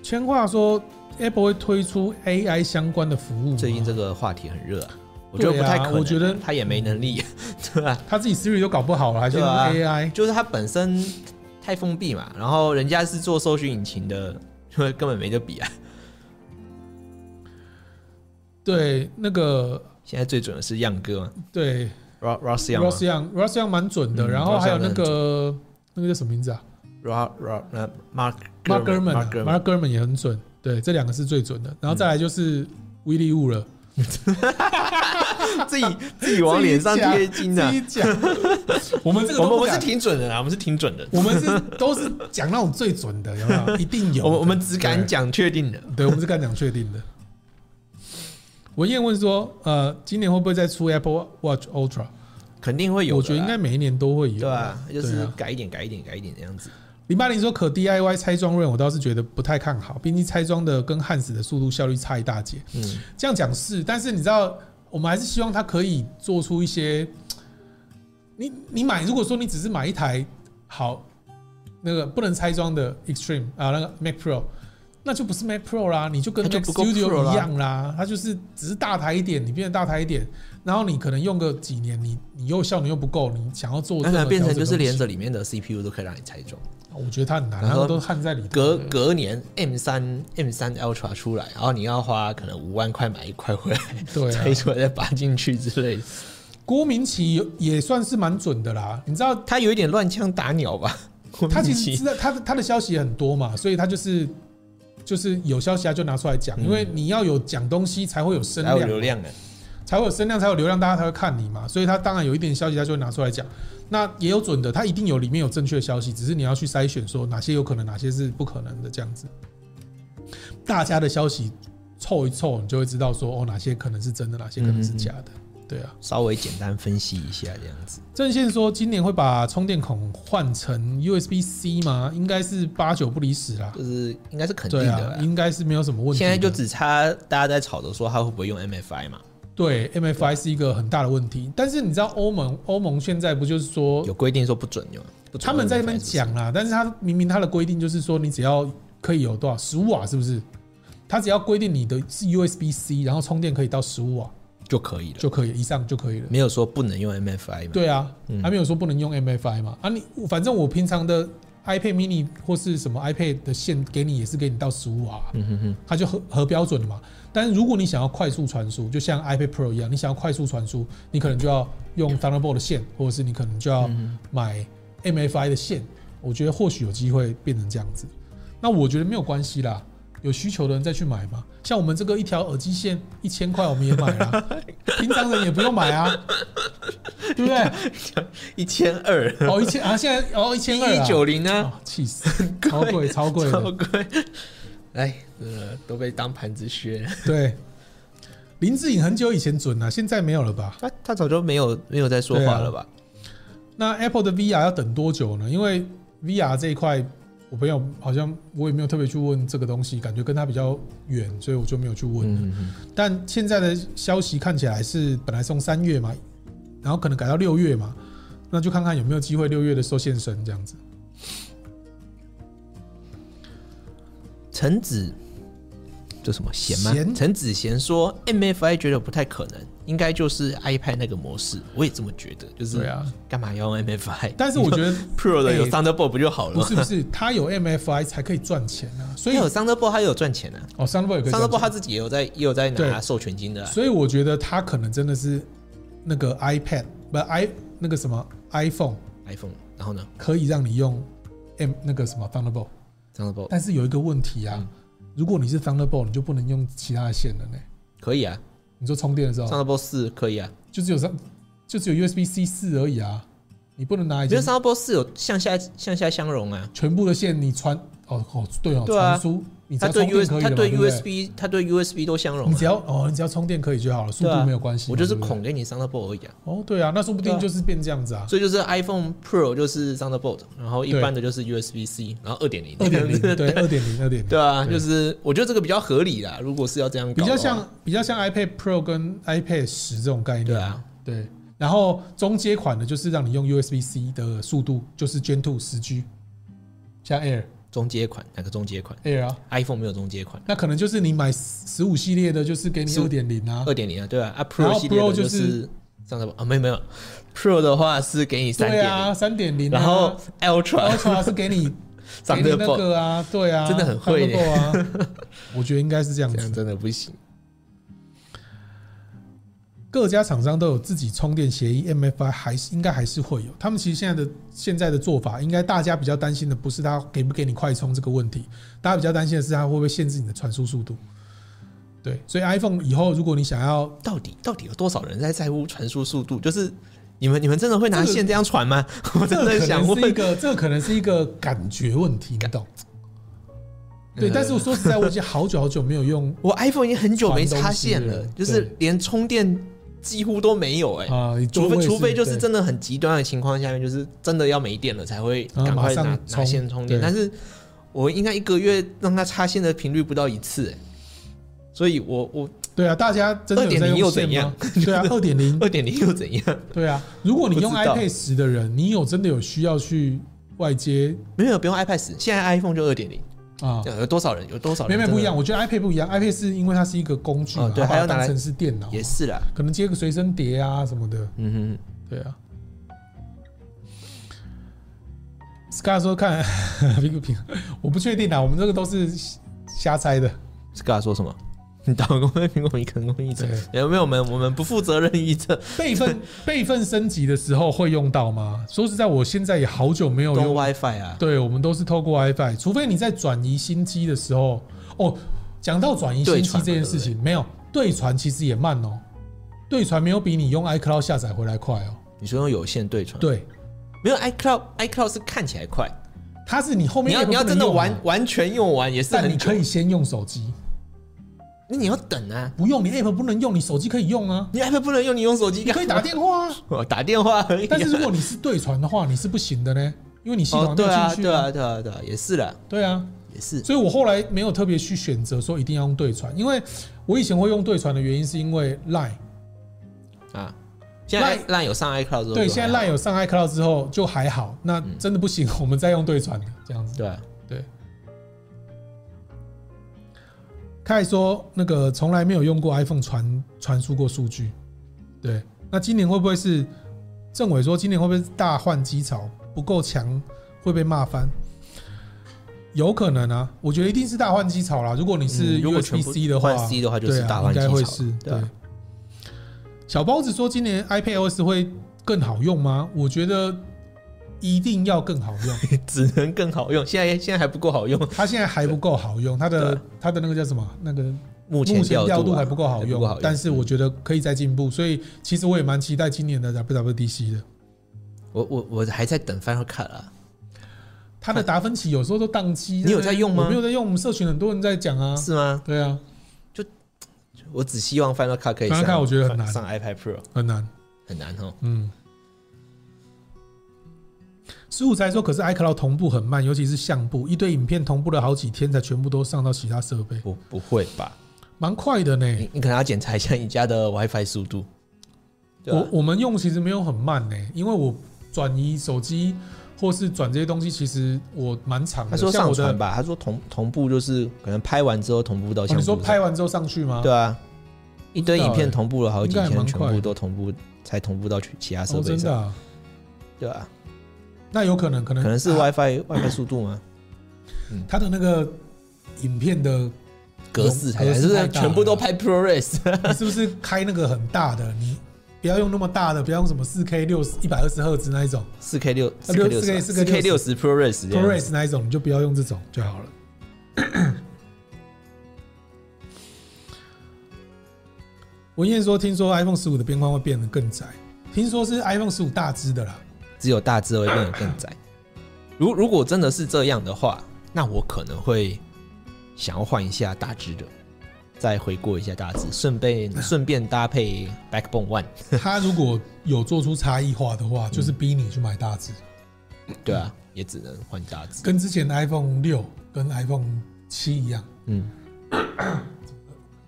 圈话说，Apple 会推出 AI 相关的服务吗，
最近这个话题很热啊，我觉得
对
不太
啊
可能啊，
我觉得
他也没能力， 对吧？
他自己 Siri 都搞不好了，还去
对
弄
啊
AI，、
就是它本身太封闭嘛，然后人家是做搜寻引擎的，就根本没得比啊。
对那个
现在最准的是样哥
嗯
嘛
对
，Ros Ros
r o s
Young
y o n g r o s y o n g 蛮准的，
啊嗯
然后
Ross
还有
Young
那个那个叫什么名字啊
Ros Ros 呃 Mark
？Mark Gurman 啊
Mark Gurman
，Mark Gurman 也很准，对，这两个是最准的，然后再来就是
嗯
Willy Woo 了，
自己 自己往脸上贴金的
自。己讲， 我们这个
我们
都不
我们是
敢。
挺准的啦，我们是挺准的，
我们是都是讲那种最准的，有没有？一定有 的。
我们我们只敢讲确定的。
对，我们是敢讲确定的。文燕问说：“呃，今年会不会再出 Apple Watch Ultra？”
肯定会有的啦，
我觉得应该每一年都会有。
对吧？就是
对啊
改一点，改一点，改一点这样子。
零八零说可 DIY 拆装润，我倒是觉得不太看好，毕竟拆装的跟焊死的速度效率差一大截。
嗯，
这样讲是，但是你知道，我们还是希望它可以做出一些。你你买，如果说你只是买一台好那个不能拆装的 Extreme 啊，那个 Mac Pro，那就不是 Mac Pro 啦，你就跟
它就
Mac
不够 Pro
Studio
啦
一样啦，它就是只是大台一点，你变得大台一点，然后你可能用个几年，你你又效能又不够，你想要做
那它
任何
变成
调整
就是
都不
连
行
着里面的 CPU 都可以让你拆装。
哦我觉得它很难，
然
它
后
们都焊 在里头。
隔隔年 M 三 M 三 Ultra 出来，然后你要花可能五万块买一块回来，
对、啊
拆，出来再拔进去之类的。
郭明奇有也算是蛮准的啦。你知道
他有一点乱枪打鸟吧？郭
他
明
其
奇
实知道他的他的消息也很多嘛，所以他就是就是有消息他就拿出来讲，
嗯
因为你要有讲东西才会有声
还有
量，
流量的，啊
才会有声量，才有流量，大家才会看你嘛。所以他当然有一点消息他就会拿出来讲。那也有准的，他一定有里面有正确的消息，只是你要去筛选说哪些有可能，哪些是不可能的这样子。大家的消息凑一凑，你就会知道说哦哪些可能是真的，哪些可能是假的。对啊，
稍微简单分析一下这样子。
郑宪说今年会把充电孔换成 USB C 吗？应该是八九不离十啦。
就是应该是肯定
对
的啦，。
啊应该是没有什么问啊题的。
现在就只差大家在吵着说他会不会用 MFI 嘛？
对 MFI 是一个很大的问题，但是你知道欧盟欧盟现在不就是说
有规定说不准用，不准
他们在那
MFI
边
是不是
讲啦，但是他明明他的规定就是说你只要可以有多少十五瓦是不是？他只要规定你的是 USB C，然后充电可以到十五瓦
就可以了，
就可以以上就可以了。
没有说不能用 MFI 嘛？
对啊，
嗯
还没有说不能用 MFI 嘛？啊你，反正我平常的 iPad mini 或是什么 iPad 的线给你也是给你到十五瓦啊、
嗯哼哼，
它就合合标准了嘛。但是如果你想要快速传输，就像 iPad Pro 一样，你想要快速传输，你可能就要用 Thunderbolt 的线，或者是你可能就
嗯
要买 MFI 的线。我觉得或许有机会变成这样子。那我觉得没有关系啦，有需求的人再去买嘛。像我们这个一条耳机线一千块，我们也买 啦，平常人也不用买啊，对不对？
一千二，
哦，一千啊，现在哦一千二
一九零呢，
啊，气死， 超贵超贵的
超，贵。哎，真的都被当盘子削了。
对。林志颖很久以前准了、啊现在没有了吧？
他他早就没有没有在说话了吧？
那 Apple 的 VR 要等多久呢？因为 VR 这一块，我朋友好像我也没有特别去问这个东西，感觉跟他比较远，所以我就没有去问。
嗯嗯嗯
但现在的消息看起来是本来从三月嘛，然后可能改到六月嘛，那就看看有没有机会六月的时候现身这样子。
陈子这什么贤吗？
贤
陈子贤说 MFI 觉得不太可能，应该就是 iPad 那个模式，我也这么觉得，就是
对啊，
干嘛要用 MFI？
但是 我觉得
Pro 的有
哎
Thunderbolt 不就好了
不
吗？
是不是，它有 MFI 才可以赚钱啊，所
它
以
有 Thunderbolt，它也有赚钱啊。
哦 s o u n d b o a r 也可以赚
Thunderbolt
钱
他自己也有在也有在拿
对
授权金的啊、
所以我觉得它可能真的是那个 iPad 不 i 那个什么 iPhone。
iPhone，然后呢
可以让你用 M 那个什么 Thunderbolt，
Thunderbolt
但是有一个问题
嗯
啊，如果你是 Thunderbolt，你就不能用其他的线了呢。
可以啊
你说充电的时候，
，Thunderbolt 四可以啊。
就只有上就只有 USB C 四而已啊，你不能拿
因
已经
为 Thunderbolt 四有向下向下相容啊，
全部的线你传哦哦对哦
对啊
传输你只
它
要
对 US
充电可以
它
的嘛，对
对
不对
USB 它对 USB 都相容
你
了
只。要哦，你只要充电可以就好了，速
对啊
度没有关系嘛。
我就是
对不对
孔给你 Thunderbolt 而已啊，
哦，对啊，那说不
对
定
啊
就是变这样子啊。
所以就是 iPhone Pro 就是 Thunderbolt，然后一
对
般的就是 USB C，然后二点零，
二 点零，对，二点零，二点零，
对啊，
对
就是我觉得这个比较合理啦。如果是要这样搞的
比
话，
较像比较像 iPad Pro 跟 iPad 十这种概念。
对啊，
对。然后中阶款的就是让你用 USB C 的速度，就是 Gen Two 十 G，像 Air
中阶款，哪个中阶款
Air 啊，
？iPhone 没有中阶款，
那可能就是你买十五系列的，就是给你
15
二点零啊，
二点零啊，对啊，啊
然
Pro
后
系列
Pro
的
就
就是是上次啊，没有没有，Pro 的话是给你三
对
点
啊，
零，
三点零，
然后 Ultra
Ultra 是 给你给你那
Thunderbolt
个啊，对啊，
真的很会耶
Thunderbolt 啊，我觉得应该是这样
这
子
样。真的不行，
各家厂商都有自己充电协议，MFI 还是应该还是会有。他们其实现在的现在的做法，应该大家比较担心的不是它给不给你快充这个问题，大家比较担心的是它会不会限制你的传输速度。对，所以 iPhone 以后如果你想要，
到底到底有多少人在在乎传输速度？就是你们你们真的会拿
这个
线这样传吗？ 我
这
真
个
的
可
想
能是一
问，
个，这个可能是一个感觉问题，你懂？对，
呃
但是我说实在，我已经好久好久没有用
我 iPhone 已经很久没
传
插
东西
线
了
了，就是
对
连充电几乎都没有哎、
啊，
除非除非就是
真。
真的很极端的情况下面，就是真的要没电了才会
啊
赶快
马
拿、
上充
拿线充电。
对
但是我应该一个月让它插线的频率不到一次、欸，所以我我
对啊，大家真的有在
2.0
用
又
线
怎
吗
样？
对啊，二点零，
二点零又怎样？
对啊。如果你用
不知道
iPad 十的人，你有真的有需要去外接
没有，不用 iPad 十，现在 iPhone 就二点零，
啊？
有多少人？有多少
没
人？
有没有不一样，
真
我觉得 iPad 不一样，iPad 是因为它是一个工具嘛，
哦对
它
还
把它
要拿
当
来
成是电脑嘛
的，，也是啦，
可能接个随身碟啊什么的，
嗯哼，
对啊。Scar 说看 苹果，我不确定啊，我们这个都是瞎猜 的。
是跟他说什么？你打工跟苹果迷，可能公益者
对，
没有没有，我们我们不负责任预测
备份备份升级的时候会用到吗？说实在，我现在也好久哦没有
用
用
WiFi 啊，
对，我们都是透过 WiFi，除非你在转移新机的时候，哦，讲到转移新
对
机
传
这
嘛
件事情，没有对传其实也慢哦，对传没有比你用 iCloud 下载回来快哦。
你说用有线对传，，
对，
没有 iCloud iCloud 是看起来快，
它是你后面
你要你要真的
玩，
完完全用完也是
啊但
很
你
久
可以先用手机，
那你要等啊，
不用你 App 不能用，你手机可以 用啊，
你 iPad 不能用，你用手机
你
干
可以
嘛
打电话啊。
我打电话而已、啊。
但是如果你是对传的话，你是不行的呢，因为你系统还
哦，
没
对
有
啊，
进去、
对啊，对啊，对啊，也是啦，
对啊，
也是。
所以我后来没有特别去选择说一定要用对传，因为我以前会用对传的原因是因为 Line。
啊，现在
Line-
Line 有上 iCloud 之后，
对，现在 Line 有上 iCloud 之后就还好，那
嗯
真的不行，我们再用对传的这样子。
对啊，
凯说那个从来没有用过 iPhone 传传输过数据，对，那今年会不会是政委说今年会不会是大换机潮不够强会被骂翻？有可能啊，我觉得一定是大换机潮啦。如果你是
嗯如果全
USB
部
C 的话，
换 C 的话就
对
是
啊，
大换机
应该会
潮
是。
对
对
啊，
小包子说今年 iPadOS 会更好用吗？我觉得一定要更好用。
只能更好用。现在现在还不够好 用，
它现在还不够好用，它的
对
它的那个叫什么？那个
目前
目前调
度
度
啊
还不够好
还不
用
够好，用
但是我觉得可以再进步，所以其实我也蛮期待今年的 WWDC 的。
我我我还在等 Final Cut 啊。
它的达芬奇有时候都宕机，
你有在用吗
我没有在用，我们社群很多人在讲啊。
是吗？
对啊，
我只希望 Final Cut 可以
Final
上
Cut 我觉得很难
上 iPad Pro
很难。
很难哦。
嗯，十五才说，可是 iCloud 同步很慢，尤其是相簿，一堆影片同步了好几天才全部都上到其他设备，
不不会吧？
蛮快的呢。
你你可能要检查一下你家的 WiFi 速度。对啊
我我们用其实没有很慢呢、因为我转移手机或是转这些东西，其实我蛮长的。
他说
像
上
我的
传，吧，他说同同步就是可能拍完之后同步到
哦
相
你
簿
说
上。
拍完之后上去吗？
对啊，一堆
不知道
影片
欸
同步了好几
应该还
天，
蛮
全
快
部都同步，才同步到其其他设
哦，
备
真
上，
的啊、
对啊，
那有可能，可能
可能是
啊
WiFi、WiFi 速度吗？
它的那个影 片的，
格式才
格式
是不
太
是
大
全部
了
都拍 ProRes？
你是不是开那个很大的？你不要用那么大的，不要用什么四 K 六一百二十赫兹那一种
四 K 六四 K
啊六
六十
4K
四 K 六十 ProRes 这样
，ProRes 那一种，你就不要用这种就好了。 文燕说：“听说 iPhone 十五的边框会变得更窄，听说是 iPhone 十五大只 的啦。
只有大致会变得更窄。如如果真的是这样的话，那我可能会想要换一下大致的，再回顾一下大致，顺便顺便搭配 Backbone One，
它如果有做出差异化的话，就是逼你去买大只，
对啊，也只能换大致。
跟之前的 iPhone 六跟 iPhone 七一样，
嗯，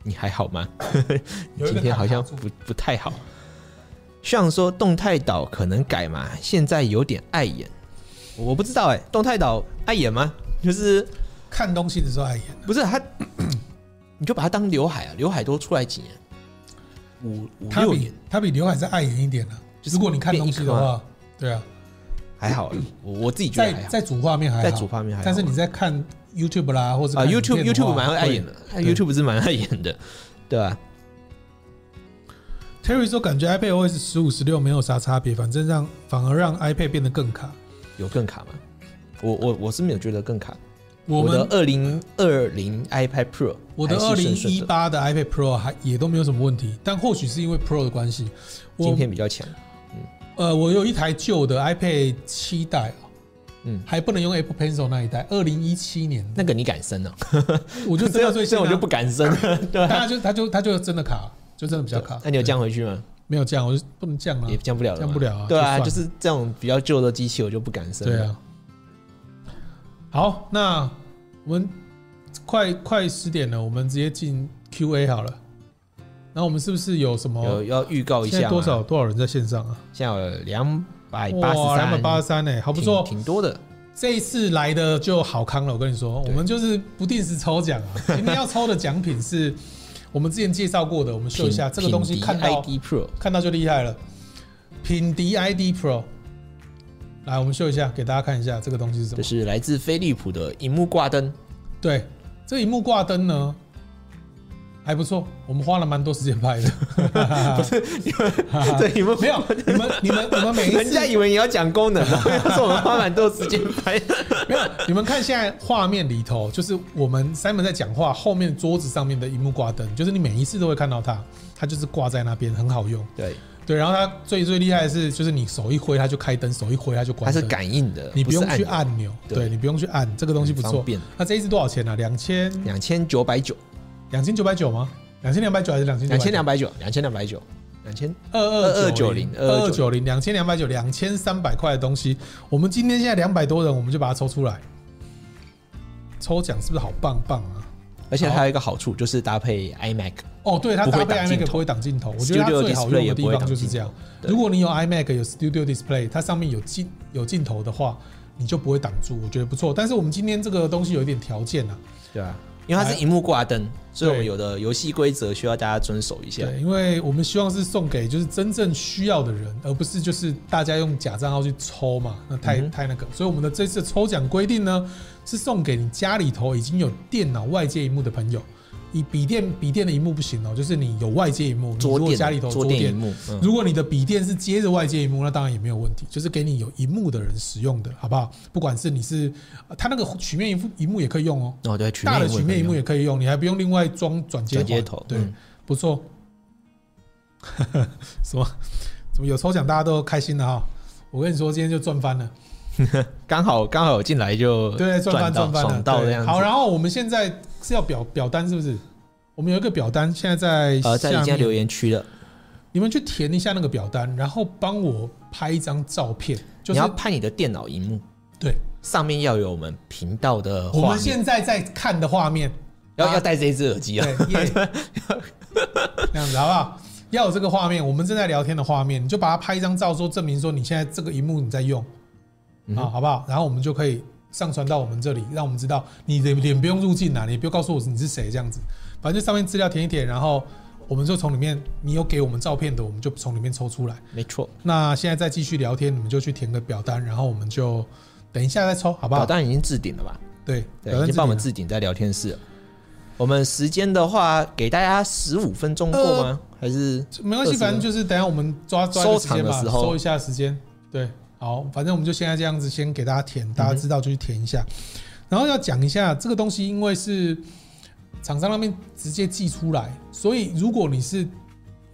你还好吗？
有一
今
个
天
卡
好像
住
不不太好。像说动态岛可能改嘛，现在有点碍眼，我不知道哎、动态岛碍眼吗？就是
看东西的时候碍眼，
不是它， 你就把它当刘海啊，刘海多出来几年，五五
它
哦六
比
年
它比刘海再碍眼一点呢、
就是
如果你看东西的
变一颗
话，对啊，
还好，我我自己觉得还
在
好，
在主画面还好，
在主画面还好，
但是你在看 YouTube 啦，或者
啊
看影
，YouTube
片的话
YouTube 蛮碍眼
会
的，YouTube 哎是蛮碍眼的， 对吧、
Terry 说，感觉 iPad OS 十五、十六没有啥差别，反正让反而让 iPad 变得更卡。
有更卡吗？我我我是没有觉得更卡。
我
的
们
二零二零 iPad Pro，
我的二
还是顺
零
顺
一
的
八的 iPad Pro 还也都没有什么问题，但或许是因为 Pro 的关系，
晶
我
片比较强，
呃我有一台旧的 iPad 七代啊，
嗯
还不能用 Apple Pencil 那一代，二零一七年的，
那个你敢升哦？
我 就知道
这
最近啊
我就不，敢升， 对吧？
他就他就他就真的卡，就真的比较卡。
那你有
对
降回去吗？
没有降？我就不能降了
也，降不了了嘛，
降不了啊
对啊，
就算了
就是这种比较旧的机器，我就不敢升。
对，啊。好，那我们快快十点了，我们直接进 Q&A 好了。那我们是不是有什
有
么？
要预告一
啊现
下
在
嘛
多少？多少人在线上啊？
现在有两百八十
哇，
三，
两百八十三哎，好不错。
挺挺多的。
这一次来的就好康了，我跟你说，我
对
们就是不定时抽奖 啊。今天要抽的奖品是我们之前介绍过的，我们秀一下这个东西，看到
ID Pro
看到就厉害了。品迪 ID Pro，来，我们秀一下，给大家看一下这个东西是什
这
么。
是来自飞利浦的荧幕挂 灯，
对，这荧幕挂灯呢还不错，我们花了蛮多时间 拍的。不是，
这荧幕
没有，你们你们你们每一
人家
次
以为你要讲功能， 要说我们花蛮多时间拍。
没有，你们看现在画面里头，就是我们 Simon 在讲话，后面桌子上面的荧幕挂灯，就是你每一次都会看到它，它就是挂在那边，很好用。
对，
对，然后它最最厉害的是，就是你手一挥它就开灯，手一挥它就关
它是
灯。
感应的，
你不用
是
去
钮，
按钮，
对
对你不用去按，这个东西不
很
错
方。便。
那这一支多少钱呢、啊？两千
两千九百九，
两千九百九吗？两千两百九还是两千
两千两百九，两千两百九，两千
二二
2290
二二九零两千两百九两千三百块的东西，我们今天现在两百多人，我们就把它抽出来。抽奖是不是好棒棒啊？
而且还有一个好处就是搭配 iMac，
哦，对，它
不
搭
会
配
挡
iMac
镜头
不会挡镜头，我觉得它
Studio
最好用
display
的
也
地
不会
方
挡
就是这样
镜。对
如果你有 iMac 有 Studio Display，它上面有镜有镜头的话，你就不会挡住，我觉得不错。但是我们今天这个东西有一点条件啊，
对啊，因为它是荧幕挂灯，所以我们
对
有的游戏规则需要大家遵守一下。
对，因为我们希望是送给就是真正需要的人，而不是就是大家用假账号去抽嘛，那太、
嗯哼
太那个。所以我们的这次抽奖规定呢，是送给你家里头已经有电脑外接荧幕的朋友。以笔电笔电的荧幕不行哦，就是你有外接荧幕，你如
桌
果
垫，
家里头
桌
桌
垫
垫
荧，幕，嗯
如果你的笔电是接着外接荧幕，那当然也没有问题，就是给你有荧幕的人使用的，好不好？不管是你是，呃它那个曲面荧幕荧幕也可以用哦，
哦对，曲
大的
面
曲面荧幕也可以用，你还不用另外装转接
转
环
接头，
对，
嗯
不错。 什么？怎么有抽奖大家都开心了哈、我跟你说，今天就赚翻了，
刚好刚好有进来就
对，赚翻
呃到
赚翻了，
爽到
对
这样子。
好，然后我们现在是要表表单是不是？我们有一个表单，现在在
呃，在
下
人家
面
留言区了，
你们去填一下那个表单，然后帮我拍一张照片，就
你
是
要拍你的电脑荧幕，
对，
上面要有我们频道的
我
画
们
面，
现在在看的画面，
要要戴这一只耳机啊，
对，耶 这样子好不好？要有这个画面，我们正在聊天的画面，你就把它拍一张照，说证明说你现在这个荧幕你在用，
嗯
啊，好不好？然后我们就可以上传到我们这里，让我们知道你的脸不用入镜啦，你也不要告诉我你是谁这样子，反正就上面资料填一填，然后我们就从里面你有给我们照片的，我们就从里面抽出来。
没错。
那现在再继续聊天，你们就去填个表单，然后我们就等一下再抽，好不
表
好？
单啊已经置顶了吧？
对，
对，已
表单
经帮我们
自己
置顶在聊天室了。我们时间的话，给大家十五分钟够吗？
呃
还是
拿没关系，
20
反正就是等一下我们抓抓一个
收
时
藏
间
的
吧，
时候
收一下时间。对，好，反正我们就现在这样子，先给大家
嗯
填，大家知道就去填一下。然后要讲一下这个东西，因为是厂商那边直接寄出来，所以如果你是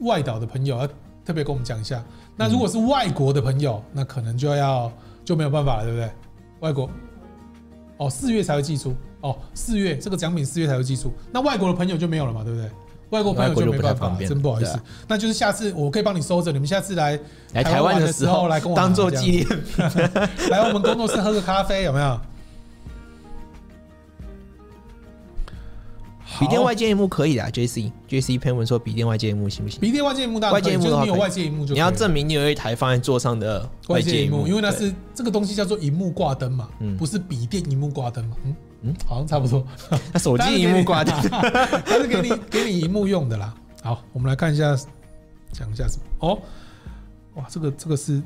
外岛的朋友，要特别跟我们讲一下。那
嗯
如果是外国的朋友，那可能就要就没有办法了，对不对？外国哦，四月才会寄出哦，哦，四月这个奖品四月才会寄出，那外国的朋友就没有了嘛，对不对？外国朋友
外国就
没
不
办
太
法
方，便
真不好意思。
对啊
那就是下次我可以帮你收着，你们下次来
来台湾
湾
的
时
时候
来跟我
当做
拿这
纪
样
念，
来我们工作室喝个咖啡，有没有？
笔电
好
外接荧幕可以的，J 啊 C J C 潘文说笔电外接荧幕行不行？
笔电外界荧幕大可
外
以，
界荧幕的
就是
话
你有
可以
外界荧幕就可以
你要
了
证明你有一台放在桌上的
外界
接
荧幕，因为那
对
是这个东西叫做荧幕挂灯嘛，
嗯
不是笔电荧幕挂灯嘛，嗯嗯
嗯，
好像差不多。
那手机荧幕挂 的。
它是给你给你荧幕用的啦。好，我们来看一下，讲一下什么哦。哇，这个这个是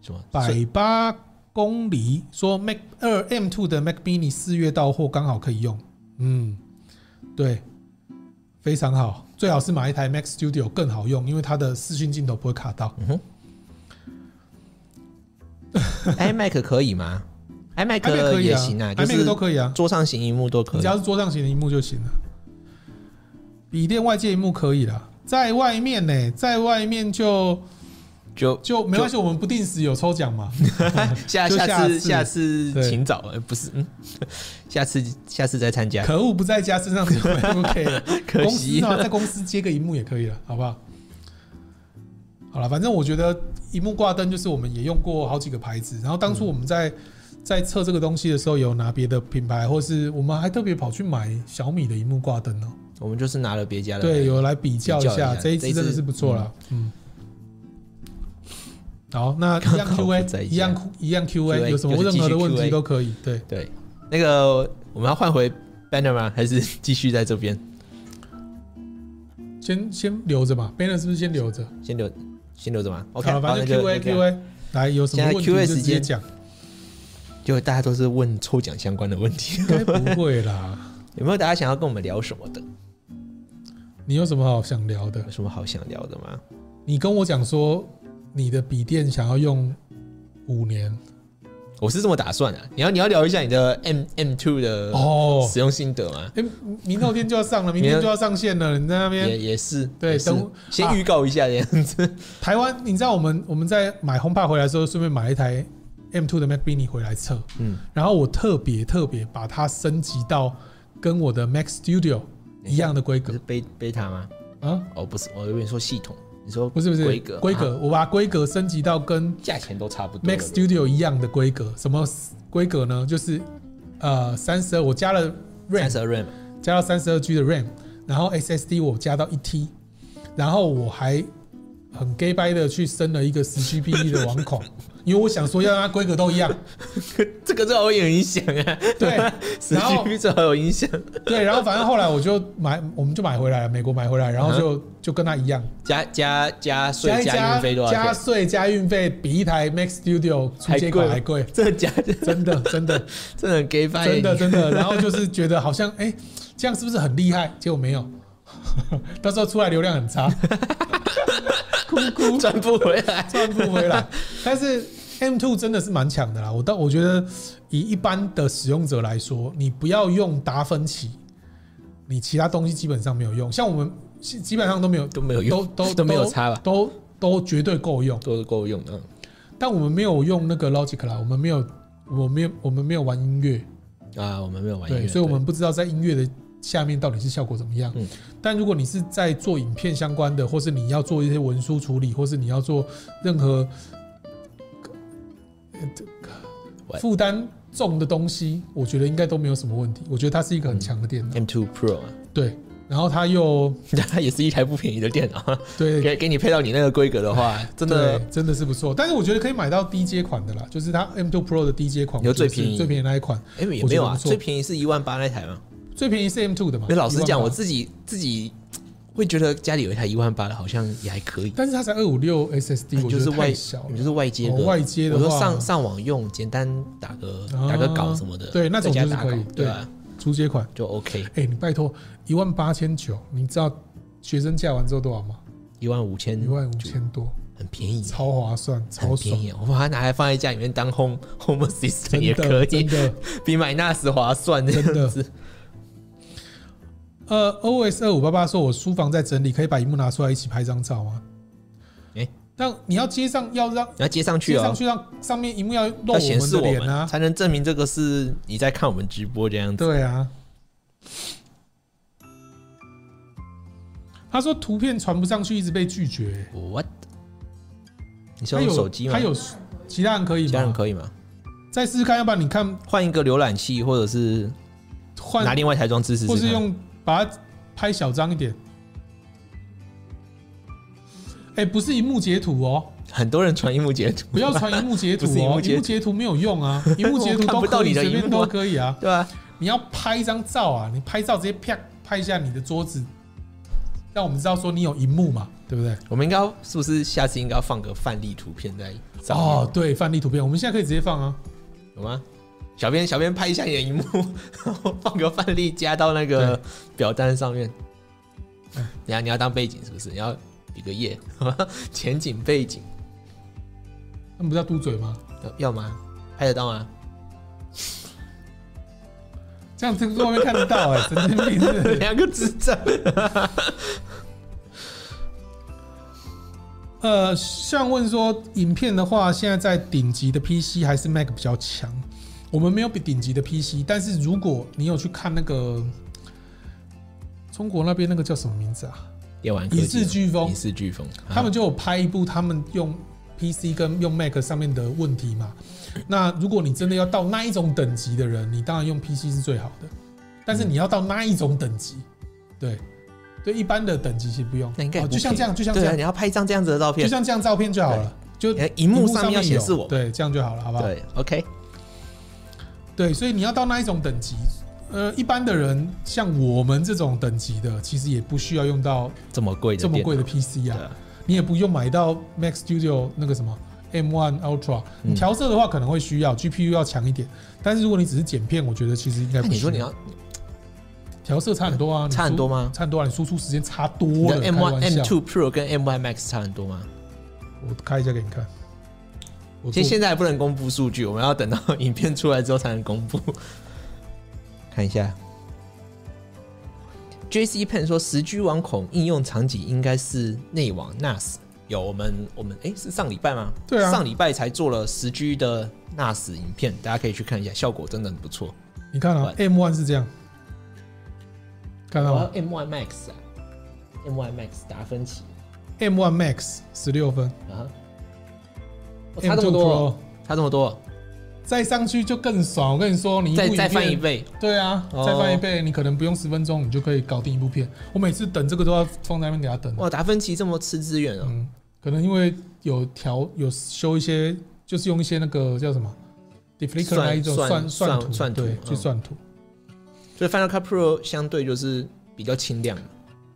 什么？所以
百八公里说 Mac 二 M two 的 Mac Mini 四月到货，刚好可以用。嗯，对，非常好，最好是买一台 Mac Studio 更好用，因为它的视讯镜头不会卡到。
iMac 可以吗
iMac 可以
也
啊
行啊，就
，iMac
是
都可以啊，
桌上型荧幕都可
你
以
只。要是桌上型的荧幕就行了。笔电外界荧幕可以啦，在外面呢、在外面就
就
就没关系，我们不定时有抽奖嘛。
下
就
下次
下
下次
对
请早，呃不是，嗯， 下次下次再参加。
可恶，不在家身上就 OK 了。
可
公
惜
司啊，在公司接个荧幕也可以了，好不好？好了，反正我觉得荧幕挂灯就是我们也用过好几个牌子，然后当初我们在、在测这个东西的时候，有拿别的品牌，或是我们还特别跑去买小米的荧幕挂灯哦。
我们就是拿了别家的。
对，有来比较一
比较
下，
一下
这一支真的是不错了。嗯。好，那一样
刚好不
Q&A，
在家
一样一样 Q&A，
Q&A，
有什么
就是
任
继续
何的问题
Q&A
都可以。对，
对，那个我们要换回 banner 吗？还是 继续在这边？
先先留着吧。Banner 是不是先留着
先留先留着吗？OK，
好了，
好
反
那
正
就
Q&A
就这样
Q&A，来有什么问题
现
就
在 Q&A
直
时
接
间
讲，
就大家都是问抽奖相关的问题，
应该不会啦。
有没有大家想要跟我们聊什么的？
你有什么好想聊的
有？什么好想聊的吗？
你跟我讲说你的笔电想要用五
呃
年
我是这么打算的、你要你要聊一下你的 M M Two 的
哦，
使用心得吗？
哎，明后天就要上了，明天就要上线了，你在那边
也也是，
对
也是
等
先
啊
预告一下这样 子。
台湾，你知道我们我们在买轰趴回来的时候，顺便买了一台 M2 的 Mac Mini 回来测，
嗯，
然后我特别特别把它升级到跟我的 Mac Studio 一样的规
可
格
是贝贝塔吗？
啊，
哦，不是，我跟你说系统，你说
不是不是
规格
规
啊
格，我把规格升级到跟
价钱都差不多了。
Mac Studio 一样的规格，什么规格呢？就是呃三十二，32, 我加了
三
RAM，
十二 RAM，
加到三十二 G 的 RAM，然后 SSD 我加到一 T，然后我还很 gay 掰的去升了一个十 GBE 的网孔， 因为我想说要让它规格都一样。
这个最好有影响啊，
对
十
然
G
后
B 最好有影响，
对，然后反正后来我就买，我们就买回来了，美国买回来，然后
嗯
就、就跟它一样，
加加加税
加一
加运费多少
加
钱？
税加运费比一台 Mac Studio 出街款还
还
贵，
这加
真的 真的
真的很 gay 翻，
真的真的，然后就是觉得好像哎、这样是不是很厉害？结果没有， 到时候出来流量很差。
哭哭 赚不回来。
赚不回 来。但是 M two 真的是蛮强的啦，我到我觉得以一般的使用者来说，你不要用达芬奇，你其他东西基本上没有用，像我们基基本上都没有
都没有用
都都
都没有差吧
都都绝对够用。
都是够用的，
但我们没有用那个 Logic 啦，我们没有，我没有，我们没有玩音乐，
嗯啊，我们没有玩音乐，
对，所以我们不知道在音乐的下面到底是效果怎么样。
嗯
但如果你是在做影片相关的，或是你要做一些文书处理，或是你要做任何呃这个
What？
负担重的东西，我觉得应该都没有什么问题。我觉得它是一个
嗯
很强的电脑，
M two Pro 啊，
对。然后它又
它也是一台不便宜的电脑，
对
给给你配到你那个规格的话，真的
对真的是不错，但是我觉得可以买到低阶款的啦，就是它 M2 Pro 的低阶款，
你说
我觉得
最便宜
是最便宜那一款，
哎、也
我觉得
没有啊，
不错
最便宜是一万八那台嘛。
最便宜是 M2 的嘛。
哎那老实讲，
18,000
我自己自己会觉得家里有一台一万八的，好像也还可以。
但是它才二五六 SSD，
你
我
哎就
觉
是
得
外
太小了
你。就是外接的，
哦外接的
我
话
说上上网用，简单打个
啊
打个稿什么的，
对那种
在家
就是
打稿
可以
对吧？
出街款，
就 OK，
哎、你拜托一万八千九，你知道学生价完之后多少吗？
一万五千
一，万五千多，
很便宜，
超划算，超
很便
爽，
宜。我把它拿来放在家里面当 home home assistant
真
也可
的真
以，
的。
比买 NAS 划算这
真的
样子。
呃，OS 二五八八说，我书房在整理，可以把荧幕拿出来一起拍张照吗？
哎
但你要接上，要让
你要接上去
接上
哦，
去，让上面荧幕要露
要
我
显
们
示
的
我
脸
们，
啊。
才能证明这个是你在看我们直播这样子。
对啊。他说图片传不上去，一直被拒绝、
What？你是
他
要
有
用手机吗？
他有其他人可以吗？
家人可以吗？
再试试看，要不然你看
换一个浏览器，或者是
换
拿另外一台装置试试
或
看，
是用把它拍小张一点。哎、不是荧幕截图哦，
很多人传荧幕截图，
不要传荧幕截 图
不是荧
哦
幕，
荧
截
幕
图
截图没有用 啊，荧幕截图
我看
都
不到
可以，
你的
随
荧幕啊
便都可以啊。
对吧？
你要拍一张照啊，你拍照直接啪拍一下你的桌子，让我们知道说你有荧幕嘛，对不对？
我们应该要是不是下次应该要放个范例图片在上面？
哦，对，范例图片，我们现在可以直接放啊。
有吗？小编，小编拍一下你的荧幕， 然后放个范例加到那个表单上面。你要你要当背景是不是？你要比个耶， 前景背景
那不是要嘟嘴吗？
要要吗？拍得到 吗？
这样这个外面看得到哎、神经病是不是
两个智障，
呃，像问说，影片的话，现在在顶级的 PC 还是 Mac 比较强？我们没有比顶级的 PC，但是如果你有去看那个中国那边那个叫什么名字啊？
夜晚科技
影视飓风
影，视飓风，
他们就有拍一部他们用 PC 跟用 Mac 上面的问题嘛。那如果你真的要到那一种等级的人，你当然用 PC 是最好的，但是你要到那一种等级，对对，一般的等级其实不用，
那应该也
哦
不
就像
便宜
这样，就像这
对啊，
样
你，要拍一张这样子的照
就
片，
像这样照片就好了，就
你的荧幕上面
有
要显示我，
对，这样就好了，好不好？
对，OK，
对，所以你要到那一种等级，呃，一般的人像我们这种等级的，其实也不需要用到
这么贵的
这么
电
贵的
脑
PC
对，
啊
啊
你也不用买到 Mac Studio 那个什么 M1 Ultra，你
嗯
调色的话可能会需要 GPU 要强一点，但是如果你只是剪片，我觉得其实应该
那
不需
你说你要
调色差很多啊，你
差很
输
多，吗？
差很多啊，你输出时间差
你
多
的
了。
M
开
one
玩
M
笑
two Pro 跟 M one Max 差很多吗？
我开一下给你看。我
其实
做
现在还不能公布数据，我们要等到影片出来之后才能公 布。看一下，JC Pen 说，十 G 网孔应用场景应该是内网 NAS。有我们我们哎、是上礼拜吗？
对啊
上礼拜才做了十 G 的 NAS 影片，大家可以去看一下，效果真的很不错。
你看啊，M1 是这样，看
我
到
要
吗
M1 Max 啊，M1 Max 达芬奇
？M1 Max 十六分
啊，我差这
，M2
么多，
Pro
差这么多，
再上去就更爽。我跟你说，你一部
再
影
再翻
片
一倍，
对啊，
哦
再翻一倍，你可能不用十分钟，你就可以搞定一部片。我每次等这个都要放在那边给他等。
哇，达芬奇这么吃资源哦。
嗯，可能因为有调有修一些，就是用一些那个叫什么 Deflicker
算
那一种
算
算
算
图，
算图
对，
嗯
去算图。
所以 Final Cut Pro 相对就是比较轻量，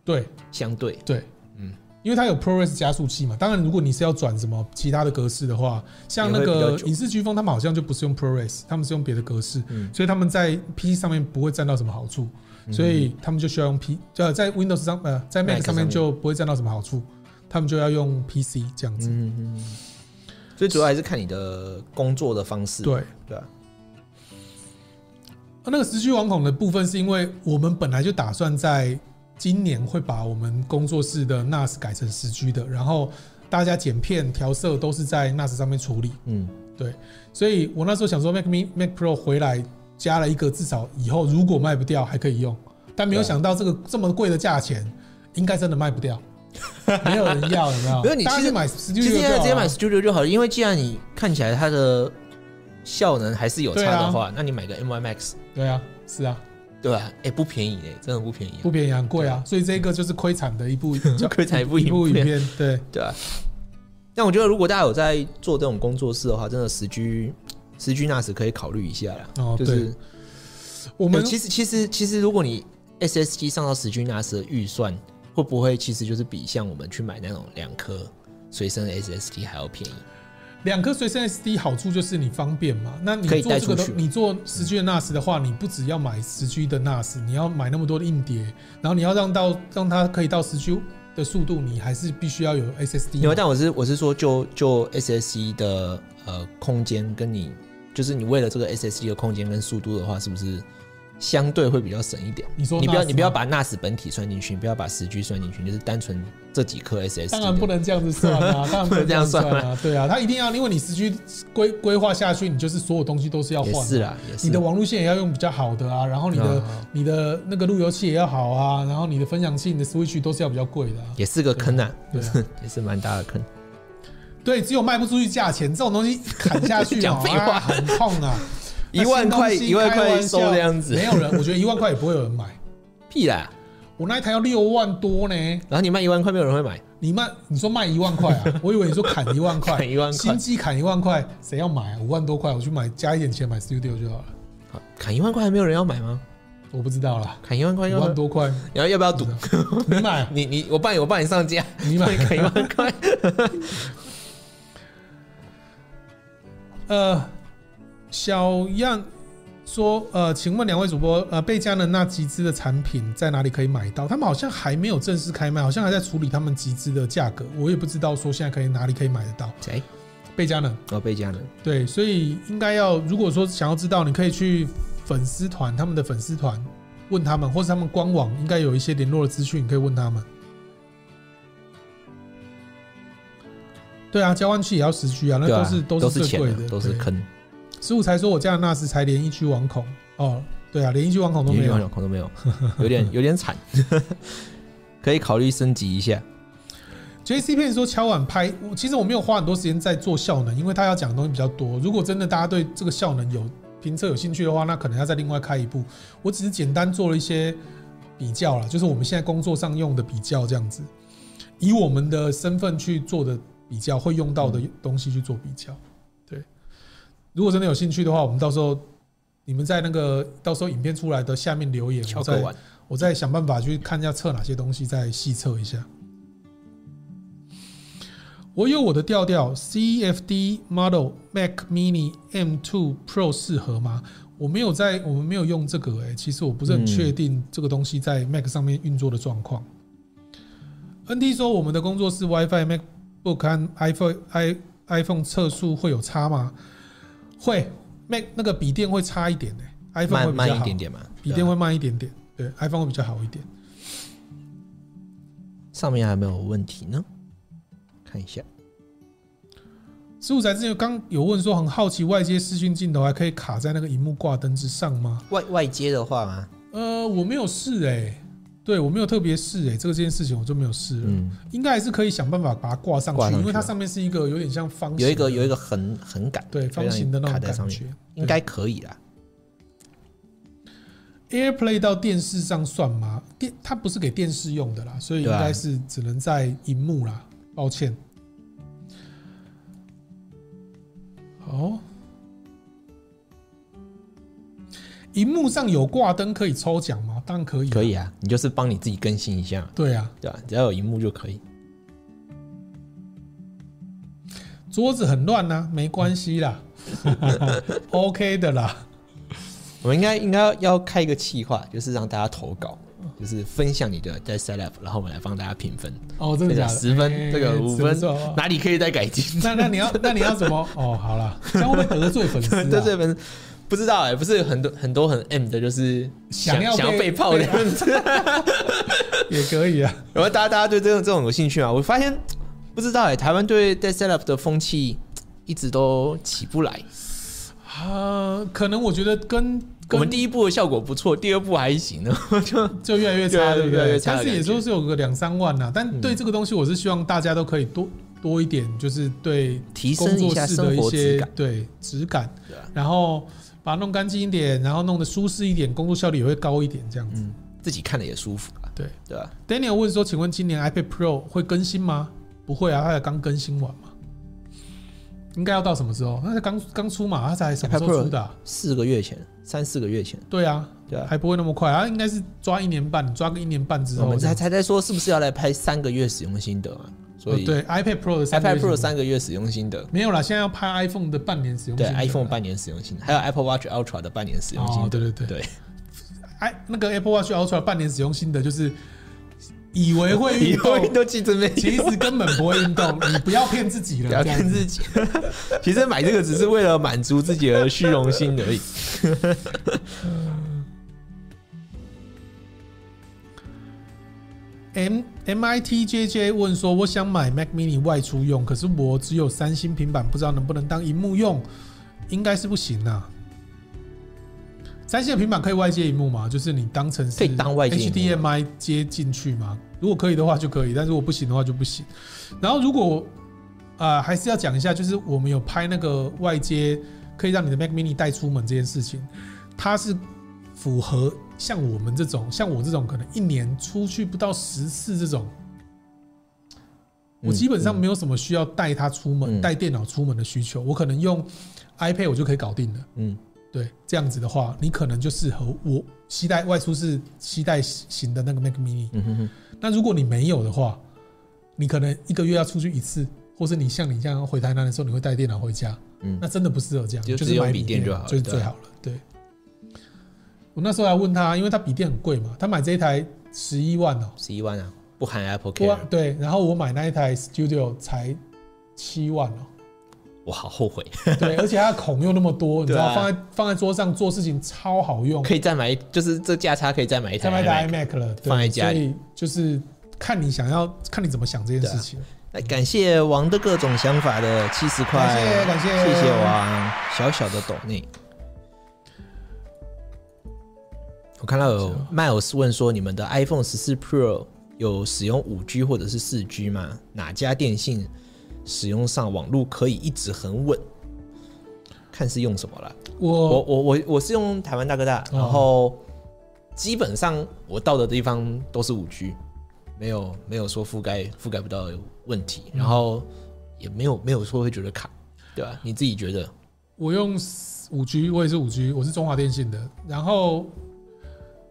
对
相对
对，
嗯，
因为它有 ProRes 加速器嘛。当然，如果你是要转什么其他的格式的话，像那
也会比
个
较久
影视飓风，他们好像就不是用 ProRes，他们是用别的格式，
嗯
所以他们在 PC 上面不会占到什么好处。所以他们就需要用 P，呃，在 Windows 上，呃，在
Mac
Mac 上
上
面
面
就不会占到什么好处，他们就要用 PC 这样子。
嗯嗯，所以主要还是看你的工作的方式，
对，啊
对啊，
那个时区网孔的部分是因为我们本来就打算在今年会把我们工作室的 NAS 改成时区的，然后大家剪片、调色都是在 NAS 上面处理，
嗯，
所以我那时候想说 Mac Mini、Mac Pro 回来加了一个，至少以后如果卖不掉还可以用，但没有
对啊
想到这个这么贵的价钱，应该真的卖不 掉。没有人要，有没有？
没有你
大家
其实
去买 Studio
其实应
就好啊
该直接
了
买 Studio 就好了，因为既然你看起来它的效能还是有差的
啊
话，那你买个 M1 Max，
对啊，是啊，
对吧、啊？哎、不便宜哎、真的不便宜、
不便宜很贵啊，所以这个就是亏惨的 一部叫
亏惨一部
一部
影
影
片
片，对，
对啊。但我觉得如果大家有在做这种工作室的话，真的十 G 十 G NAS 可以考虑一下啦，
哦
就是
对我
我
们
其实其实其实，如果你 SSD 上到十 G NAS 的预算，会不会其实就是比像我们去买那种两颗随身的 SSD 还要便宜？
两颗随身 SD 好处就是你方便嘛，那你
可以
做这个
带
的
出，去
你做十 G 的 NAS 的话，你不只要买十 G 的 NAS，你要买那么多的硬碟，然后你要让到让它可以到十 G 的速度，你还是必须要有 SSD
因为
嘛。
但我是我是说就，就 SSD 的呃空间跟你，就是你为了这个 SSD 的空间跟速度的话，是不是相对会比较省一点。
你说
你不要
NAS
你不要
吗
把 NAS 本体算进去，你不要把十 G 算进去，你就是单纯这几颗 SS。
当然不能这样子算啊，当然不能这样算
不能这
啊，对啊，它一定要，因为你时区规规划下去，你就是所有东西都是要
也
换
是
的，
啦，也是
你的网路线也要用比较好的啊，然后你的
啊
你的那个路由器也要好啊，然后你的分享器、你的 Switch 都是要比较贵的啊，
也是个坑啊，
对啊，
也是蛮大的坑。
对，只有卖不出去价钱这种东西砍下去
讲
哦
废话
啊很痛啊，
一万块
那新东西
一万
开
块
玩笑
收这样子
没，有人，我觉得一万块也不会有人买，
屁啦！
我那一台要六万多呢，
然后你卖一万块，没有人会买，
你卖你说卖一万块 啊，我以为你说砍一万块
砍。一万块
新，机砍一万块，谁要买、啊？五万多块，我去买加一点钱买 Studio 就好了。
好砍一万块还没有人要买吗？
我不知道啦，
砍一万块
五
要
万，多块，
然后要不要
不
赌
知？道你买，啊
你你我帮你我帮你上 架，
你买。啊
砍一万块。
呃，小样说，呃，请问两位主播，呃，贝佳能那集资的产品在哪里可以买到？他们好像还没有正式开卖，好像还在处理他们集资的价格，我也不知道说现在可以哪里可以买得到
谁？
贝佳能。
哦，贝佳能，
对，所以应该要，如果说想要知道，你可以去粉丝团，他们的粉丝团问他们，或是他们官网应该有一些联络的资讯，你可以问他们。对啊，交换器也要十 G 啊，那
对
都
啊
是、，
都
是最
钱
贵
啊
的，
都是
对。
坑，
师傅才说我加拿大是才连一 G 网孔哦，对啊，连一 G 网孔都
一
没
万
有。
两空都没 有，有点有点惨， 可以考虑升级一下。
JC 片说敲碗拍，我其实我没有花很多时间在做效能，因为他要讲的东西比较多。如果真的大家对这个效能有评测有兴趣的话，那可能要再另外开一部。我只是简单做了一些比较啦，就是我们现在工作上用的比较这样子，以我们的身份去做的比较，会用到
嗯
的东西去做比较。对，如果真的有兴趣的话，我们到时候你们在那个到时候影片出来的下面留言，
敲
我
个
再
碗，
我再想办法去看一下测哪些东西，再细测一下。我有我的调调，CFD Model Mac Mini M2 Pro 适合吗？我没有在，我们没有用这个诶、欸其实我不是很
嗯
确定这个东西在 Mac 上面运作的状况。NT 说我们的工作室 WiFi MacBook 和 iPhone i iPhone 测速会有差吗？会，Mac 那个笔电会差一点诶、i p h o n e
慢
会比较好
慢一点点嘛，
笔
对
电
啊
会慢一点点，对，iPhone 会比较好一点。
上面还有没有问题呢？看一下，
十五宅之前刚有问说，很好奇外接视讯镜头还可以卡在那个荧幕挂灯之上吗？
外外接的话嘛，
呃，我没有试哎、对我没有特别试哎、这个这件事情我就没有试了，
嗯，
应该还是可以想办法把它挂上去，
挂上去啊
因为它上面是一个有点像嗯方形的，
有一个有一个横横杆，
对方形的那
卡
种
在上
感
面，
觉，
应该可以啦。
AirPlay 到电视上算吗？电它不是给电视用的啦，所以应
对啊
该是只能在荧幕啦，抱歉。好，荧幕上有挂灯可以抽奖吗？当然可以、
可。以啊，你就是帮你自己更新一下，
对啊，
对吧、只要有荧幕就可以。
桌子很乱呐，没关 系啦，OK 的啦。
我们应该应该要开一个企划，就是让大家投稿，就是分享你的在 setup，然后我们来帮大家评分，
哦，真
这
的假
个
的？
十分，
哎
这个五分
是不错，
哪里可以再改进？ 啊
那那你要那你要怎么？哦，好啦，这样会不会得罪粉 丝、啊？
对这本不知道哎、不是很多很多很 M 的，就是
想要
想要
被
被泡的
被
样子。
也可以啊。
然后大家大家对这种这种有兴趣啊？我发现不知道哎、台湾对 dead setup 的风气一直都起不来。
啊，可能我觉得跟
我
跟
们第一部的效果不错，第二部还行呢。
就越来越差，对不
越来
对
越？差的
但是也
感觉
就是有个两三万呐、但对这个东西，我是希望大家都可以多多一点，就是对
提
工
升一
作
下
室的
生
一
活质
些
感，
对质感
对啊，
然后把它弄干净一点，然后弄得舒适一点，工作效率也会高一点，这样子。
嗯，自己看了也舒服啊，
对
对吧、
Daniel 问说：“请问今年 iPad Pro 会更新吗？”不会啊，它才刚更新完嘛，应该要到什么时候？那才刚刚出嘛，它才什么时
iPad
候
Pro
出的啊、
四个月前，三四个月前，
对啊，
对吧、
还不会那么快啊，应该是抓一年半，抓个一年半之
哦
后
我们
这样子。
才才在说是不是要来拍三个月使用心得啊？所以、
哦、对 iPad Pro 的三个
iPad
月
Pro
使用
三个月使用心得，
没有啦，现在要拍 iPhone 的半年使用
对
心得
iPhone 半年使用心得，还有 Apple Watch Ultra 的半年使用心
哦，
得。
对对对
对，
哎，那个 Apple Watch Ultra 半年使用心得就是以为 会
以
运
后
动，
都记真没有
其实根本不会运动，你不要骗自己
不要
了，这样
骗
子。
自己。 其实买这个只是为了满足自己的虚荣心而已。
M M I T J J 问说，我想买 Mac Mini 外出用，可是我只有三星平板，不知道能不能当荧幕用，应该是不行啊。三星的平板可以外接荧幕吗？就是你当成是
可以当外接荧幕
HDMI 接进去吗？如果可以的话就可以，但如果不行的话就不行。然后如果呃还是要讲一下，就是我们有拍那个外接可以让你的 Mac Mini 带出门这件事情，它是符合像我们这种，像我这种可能一年出去不到十次这种，我基本上没有什么需要带它出
嗯
门、带电脑出门的需求，我可能用 iPad 我就可以搞定了。
嗯，
对，这样子的话，你可能就适合我期待外出是期待型的那个 Mac Mini。
嗯哼哼，
那如果你没有的话，你可能一个月要出去一次，或是你像你这样回台南的时候，你会带电脑回家，
嗯
那真的不适合这样，
就
就
只
是
用
买
笔
电
电就好了
就是
对
啊
最好了。对，我那时候还问他，因为他笔电很贵嘛，他买这一台十一万哦、
十一万啊，不含 Apple
我
Care，
对，然后我买那一台 Studio 才七万哦、
我好后悔，
对，而且它的孔又那么多，你知
对
道，
啊
放在放在桌上做事情超好用，
可以再买一，就是这价差可以再买一台
再买一台
iMac。
iMac 了，对
放在家里
所以就是看你想要，看你怎么想这件事情。
那感谢王的各种想法的七十块，
感谢感谢
谢谢王小小的抖内。我看到有 Miles 问说，你们的 iPhone 十四 Pro 有使用五 G 或者是四 G 吗？哪家电信使用上网络可以一直很稳？看是用什么啦。
我
我我我我是用台湾大哥大，
哦
然后基本上我到的地方都是五 G，没有没有说覆盖覆盖不到的问题，
嗯
然后也没有没有说会觉得卡，对
啊
吧、你自己觉得？
我用五 G，我也是五 G，我是中华电信的。然后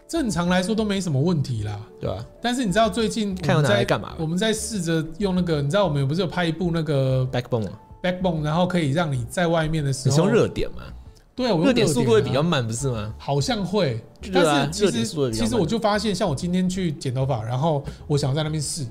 正常来说都没什么问题啦。
对吧、
但是你知道最近
看我
我们
拿来
在
干嘛吧
我们在试着用那个，你知道我们不是有拍一部那个
Backbone，啊
Backbone，然后可以让你在外面的时
你是
候
用热点嘛？
对，我用
热点速度会比较
啊
慢，不是吗？
好像会，
对啊
但是
热
其
点速度
实
会比较
其
慢
实我就发现，像我今天去剪头发，然后我想要在那边试，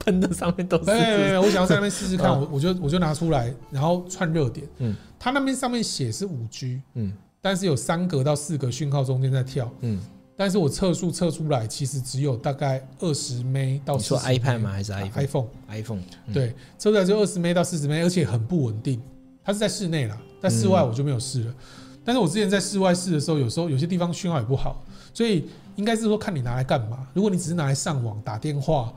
喷的上面都是
没有没有没有，哎我想要在那边试试看，
嗯
我我就我就拿出来，然后串热点。嗯
嗯，
它那边上面写是五 G，
嗯
但是有三格到四格讯号中间在跳，
嗯，
但是我测速测出来其实只有大概二十枚到
你
40
说
枚
iPad 吗？还是
啊
iPhone？iPhone
？iPhone，
iPhone，嗯
对，测出来就二十枚到四十枚，而且很不稳定。它是在室内啦，在室
嗯
外我就没有试了。但是我之前在室外试的时候，有时候有些地方讯号也不好，所以应该是说看你拿来干嘛。如果你只是拿来上网、打电话，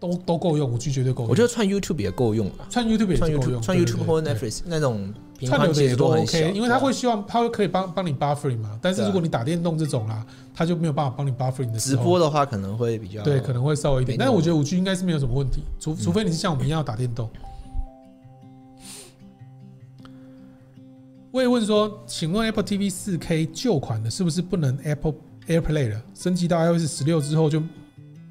都都够用，我就绝对够用。
我觉得串 YouTube 也够用了，
串 YouTube 也
串
是够
YouTube
用，
串
对对
YouTube
对
或
对
Netflix 那种频
串
宽
流的
其
也
实
都
很小，
OK，因为它
对啊
会希望它会可以帮帮你 buffering 嘛，但是
对啊
如果你打电动这种啦，它就没有办法帮你 buffering 的时
直
候
播的话可能会比较
对可能会稍微一点，
没那嗯
但
么
是我觉得五 G 应该是没有什么问题，除除非你是像我们一样要打电动。我也问说，请问 Apple TV 四 K 旧款的是不是不能 Apple AirPlay 了？升级到 iOS 十六之后就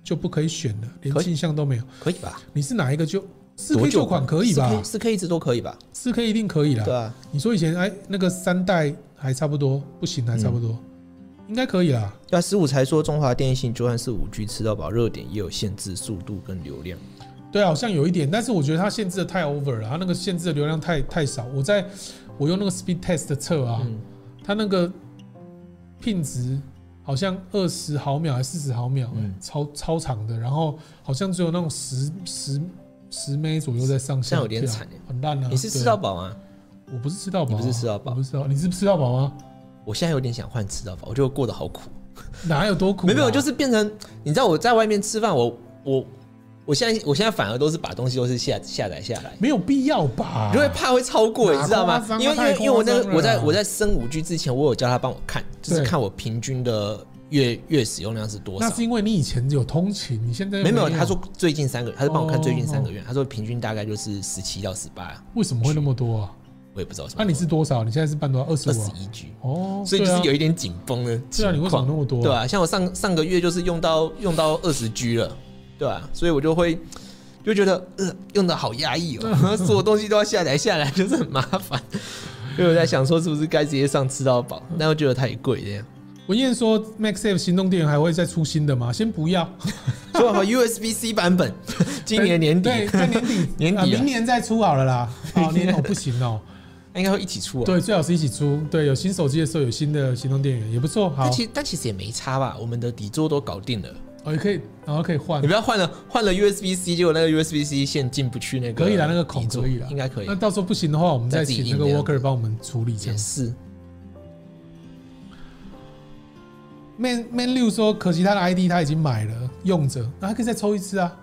就不可以选了，连
可以
镜像都没有。
可以吧？
你是哪一个旧？四
多
K
久
旧款可以吧？
四 K 一直都可以吧？
四 K 一定可以啦。
对啊，
你说以前哎，那个三代还差不多，不行
嗯
还差不多，应该可以啦。
对啊，十五才说中华电信就算是五 G 吃到饱，热点也有限制速度跟流量。
对啊，好像有一点，但是我觉得它限制的太 over 了，它那个限制的流量太太少。我在我用那个 speed test 的测啊，
嗯
它那个聘值好像二十毫秒还是四十毫秒、
嗯
超超长的，然后好像只有那种十十十枚左右在上
这
下，
样有点惨耶
很烂啊。
你是吃
对
到饱吗？
我不是吃到饱啊、
你不是吃到饱
我不是吃到，你是吃到饱吗？
我现在有点想换吃到饱，我觉得我过得好苦。
哪有多苦、啊？
没有没有，就是变成你知道我在外面吃饭，我我我现在我现在反而都是把东西都是下下载下来。
没有必要吧？
因为怕会超过，你知道
啊
吗
哪夸？张啊
因为因为
太夸张
因为我那个
了
我在我在升五 G 之前，我有叫他帮我看，就是
对
看我平均的月月使用量是多少
那。是因为你以前有通勤，你现在
没有没
有
有，他说最近三个，他是帮我看最近三
嗯哦
个月，他说平均大概就是十七到十八，
为什么会那么多啊？
我也不知道什么。
那、你是多少？你现在是办多少？二十
二
五啊
十。一 G，
哦，
所以就是有
对啊
一点紧绷的
对啊，你
情
为什么
况
那么多、
对，啊，像我上上个月就是用到用到二十 G 了，对啊，所以我就会就觉得呃用的好压抑哦， 所有东西都要下载下来，就是很麻烦。所以我在想说，是不是该直接上吃到饱？但又觉得太贵这样。
文燕说 MaxSafe 行动电源还会再出新的吗？先不要，
所以我 USB C 版 本，今年年底
对，在年底
年底啊
呃明年再出好 了啦。哦，年哦不行哦，
应该会一起出哦。
对，最好是一起出。对，有新手机的时候有新的行动电源也不错。好
但，其但其实也没差吧，我们的底座都搞定了，
哦，也可以，然后可以换
你，不要换了换了 USB C，结果那个 USB C 线进不去那个
可以啦，那个孔
底座
可以啦，
应该可以
那。到时候不行的话，我们再
再自己
请那个
印这样
Walker 帮我们处理
也
这样。
是，
Man Man 六说，可惜他的 ID 他已经买了，用着，那还可以再抽一次啊。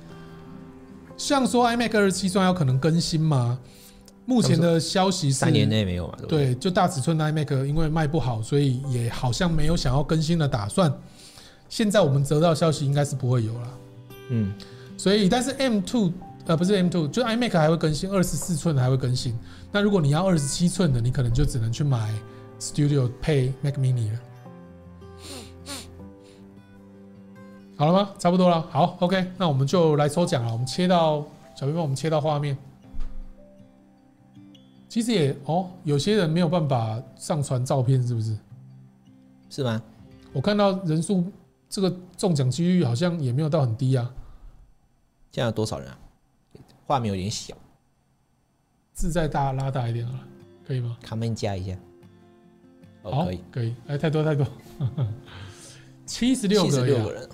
像说 iMac 二十七算要可能更新吗？目前的消息是
三年内没有嘛？对不对，
对，就大尺寸的 iMac 因为卖不好，所以也好像没有想要更新的打算。现在我们得到消息应该是不会有了，
嗯，
所以但是 M two 呃不是 M two，就 iMac 还会更新，二十四寸的还会更新。那如果你要二十七寸的，你可能就只能去买 Studio 配 Mac Mini 了。好了吗？差不多了。好，OK，那我们就来抽奖了。我们切到小编帮我们切到画面。其实也哦，有些人没有办法上传照片，是不是？
是吗？
我看到人数这个中奖几率好像也没有到很低啊。
现在有多少人啊？画面有点小，
字再大拉大一点好了，可以吗？
他们加一下。
好
哦，可以，，
可以。哎，太多 太多，七十六个而已啊
六个人，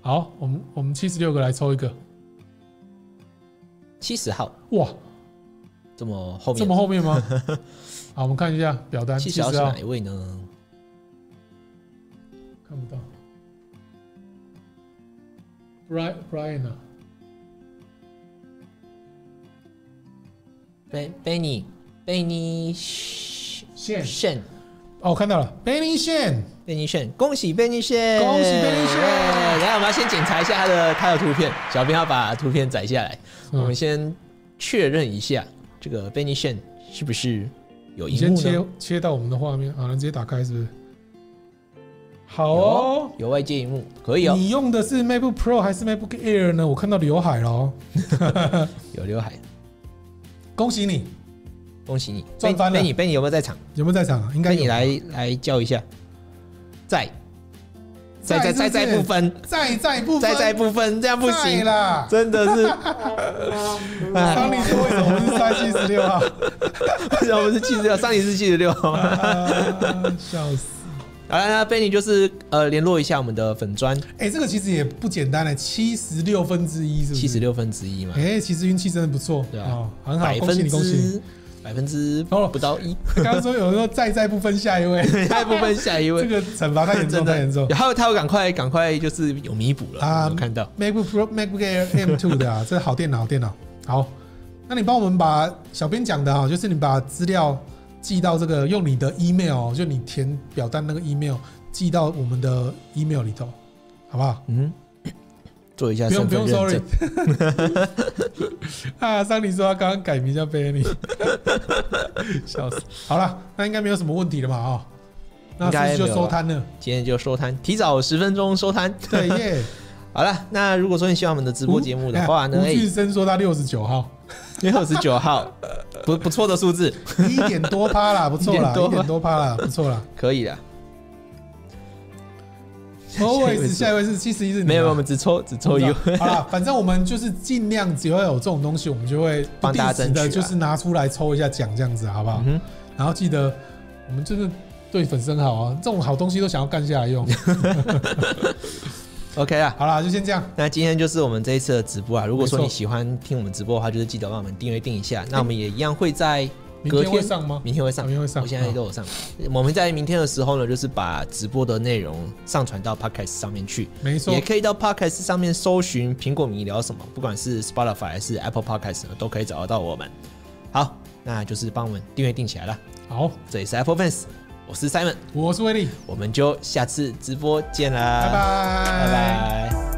好，我们我们七十六个来抽一个。
七十号，
哇，
这么后
这
面
么后面吗？ 好，我们看一下表单，
七
七
十
十
号是
号
哪一位呢？
看不到。Brian Brian 啊，
贝贝尼贝尼炫
线哦，我看到了，Benny Shen，
贝尼炫，恭喜贝尼炫，
恭喜贝尼炫
哎来，我们要先检查一下他的他的图片，小编要把图片载下来，
嗯
我们先确认一下这个贝尼炫是不是有
你
荧
先
幕呢
切？切到我们的画面，啊，直接打开是不是？好哦，
有外接荧幕，可以哦，
你用的是 MacBook Pro 还是 MacBook Air 呢？我看到刘海了哦，
有刘海，
恭喜你，
恭喜你，
赚翻了
贝尼贝尼有没有在场？
有没有在场啊？应该
贝
有
尼
吧
来来叫一下，在在在
在
在在
是不是
不分，
在在不
在
分
在不分，这样不
在
行，
啦。
真的是，
当
哎
你说为什么是三七十六号？
为什么是七十六？上一是七十六。 好了，
啊笑死！
那贝尼就是呃联络一下我们的粉砖
哎、这个其实也不简单嘞，七十六分之一是不是？
七十。六分之一嘛
哎、，其实运气真的不错，
对啊
哦，很好，
百
恭喜
分
你，恭喜你！
之百分之
哦
不到 一，
刚刚说有人说在在不分下 一位，
再不分下一
这
位，
个惩罚太严重，
真的
太严重。
还有他有赶快赶快就是有弥补了，
啊
有看到
MacBook Pro、MacBook Air M2 的啊，这好电脑，好电脑。好，那你帮我们把小编讲的啊，就是你把资料寄到这个，用你的 email，就你填表单那个 email 寄到我们的 email 里头，好不好？
嗯，做一下
不
身
用不
份
用
认
，sorry
证，。
啊，桑尼说他刚刚改名叫 Benny，, 笑死。好了，那应该没有什么问题了嘛啊、哦？那是不是
应该没有
就
了
收摊了？
今天就收摊，提早十分钟收摊。
对耶。
好了，那如果说你喜欢我们的 直播节目的话呢，
吴
哎
吴，俊生说他六十九号，
六十九号，不不错的数字，
一点多趴啦，不错啦，
一点多
一
趴
点多趴啦，不错啦。
可以的。
Always 下一位是七十 一是你吗啊
没有，我们只抽只抽一位。
好啦，反正我们就是尽量只要有这种东西，我们就会
帮大家
不定时的
争取啊
就是拿出来抽一下奖这样子，好不好？
嗯哼，
然后记得我们真的对粉丝很好啊，这种好东西都想要干下来 用。
OK 啊，
好啦，就先这样。
那今天就是我们这一次的直播啊。如果说
没错哎
你喜欢听我们直播的话，就是记得帮我们订阅订一下。那我们也一样会在
明
隔
天会
天，
上吗？
明天会上
明，天会上。
我现在都有上。我们在明天的时候呢，就是把直播的内容上传到 Podcast 上面去，
好没错
也，可以到 Podcast 上面搜寻“苹果迷聊什么”，不管是 Spotify 还是 Apple Podcast 呢，都可以找得到我们。好，那就是帮我们订阅订起来了。
好，
这里是 Apple Fans，我是 Simon，
我是威力，
我们就下次直播见啦，
拜拜
拜拜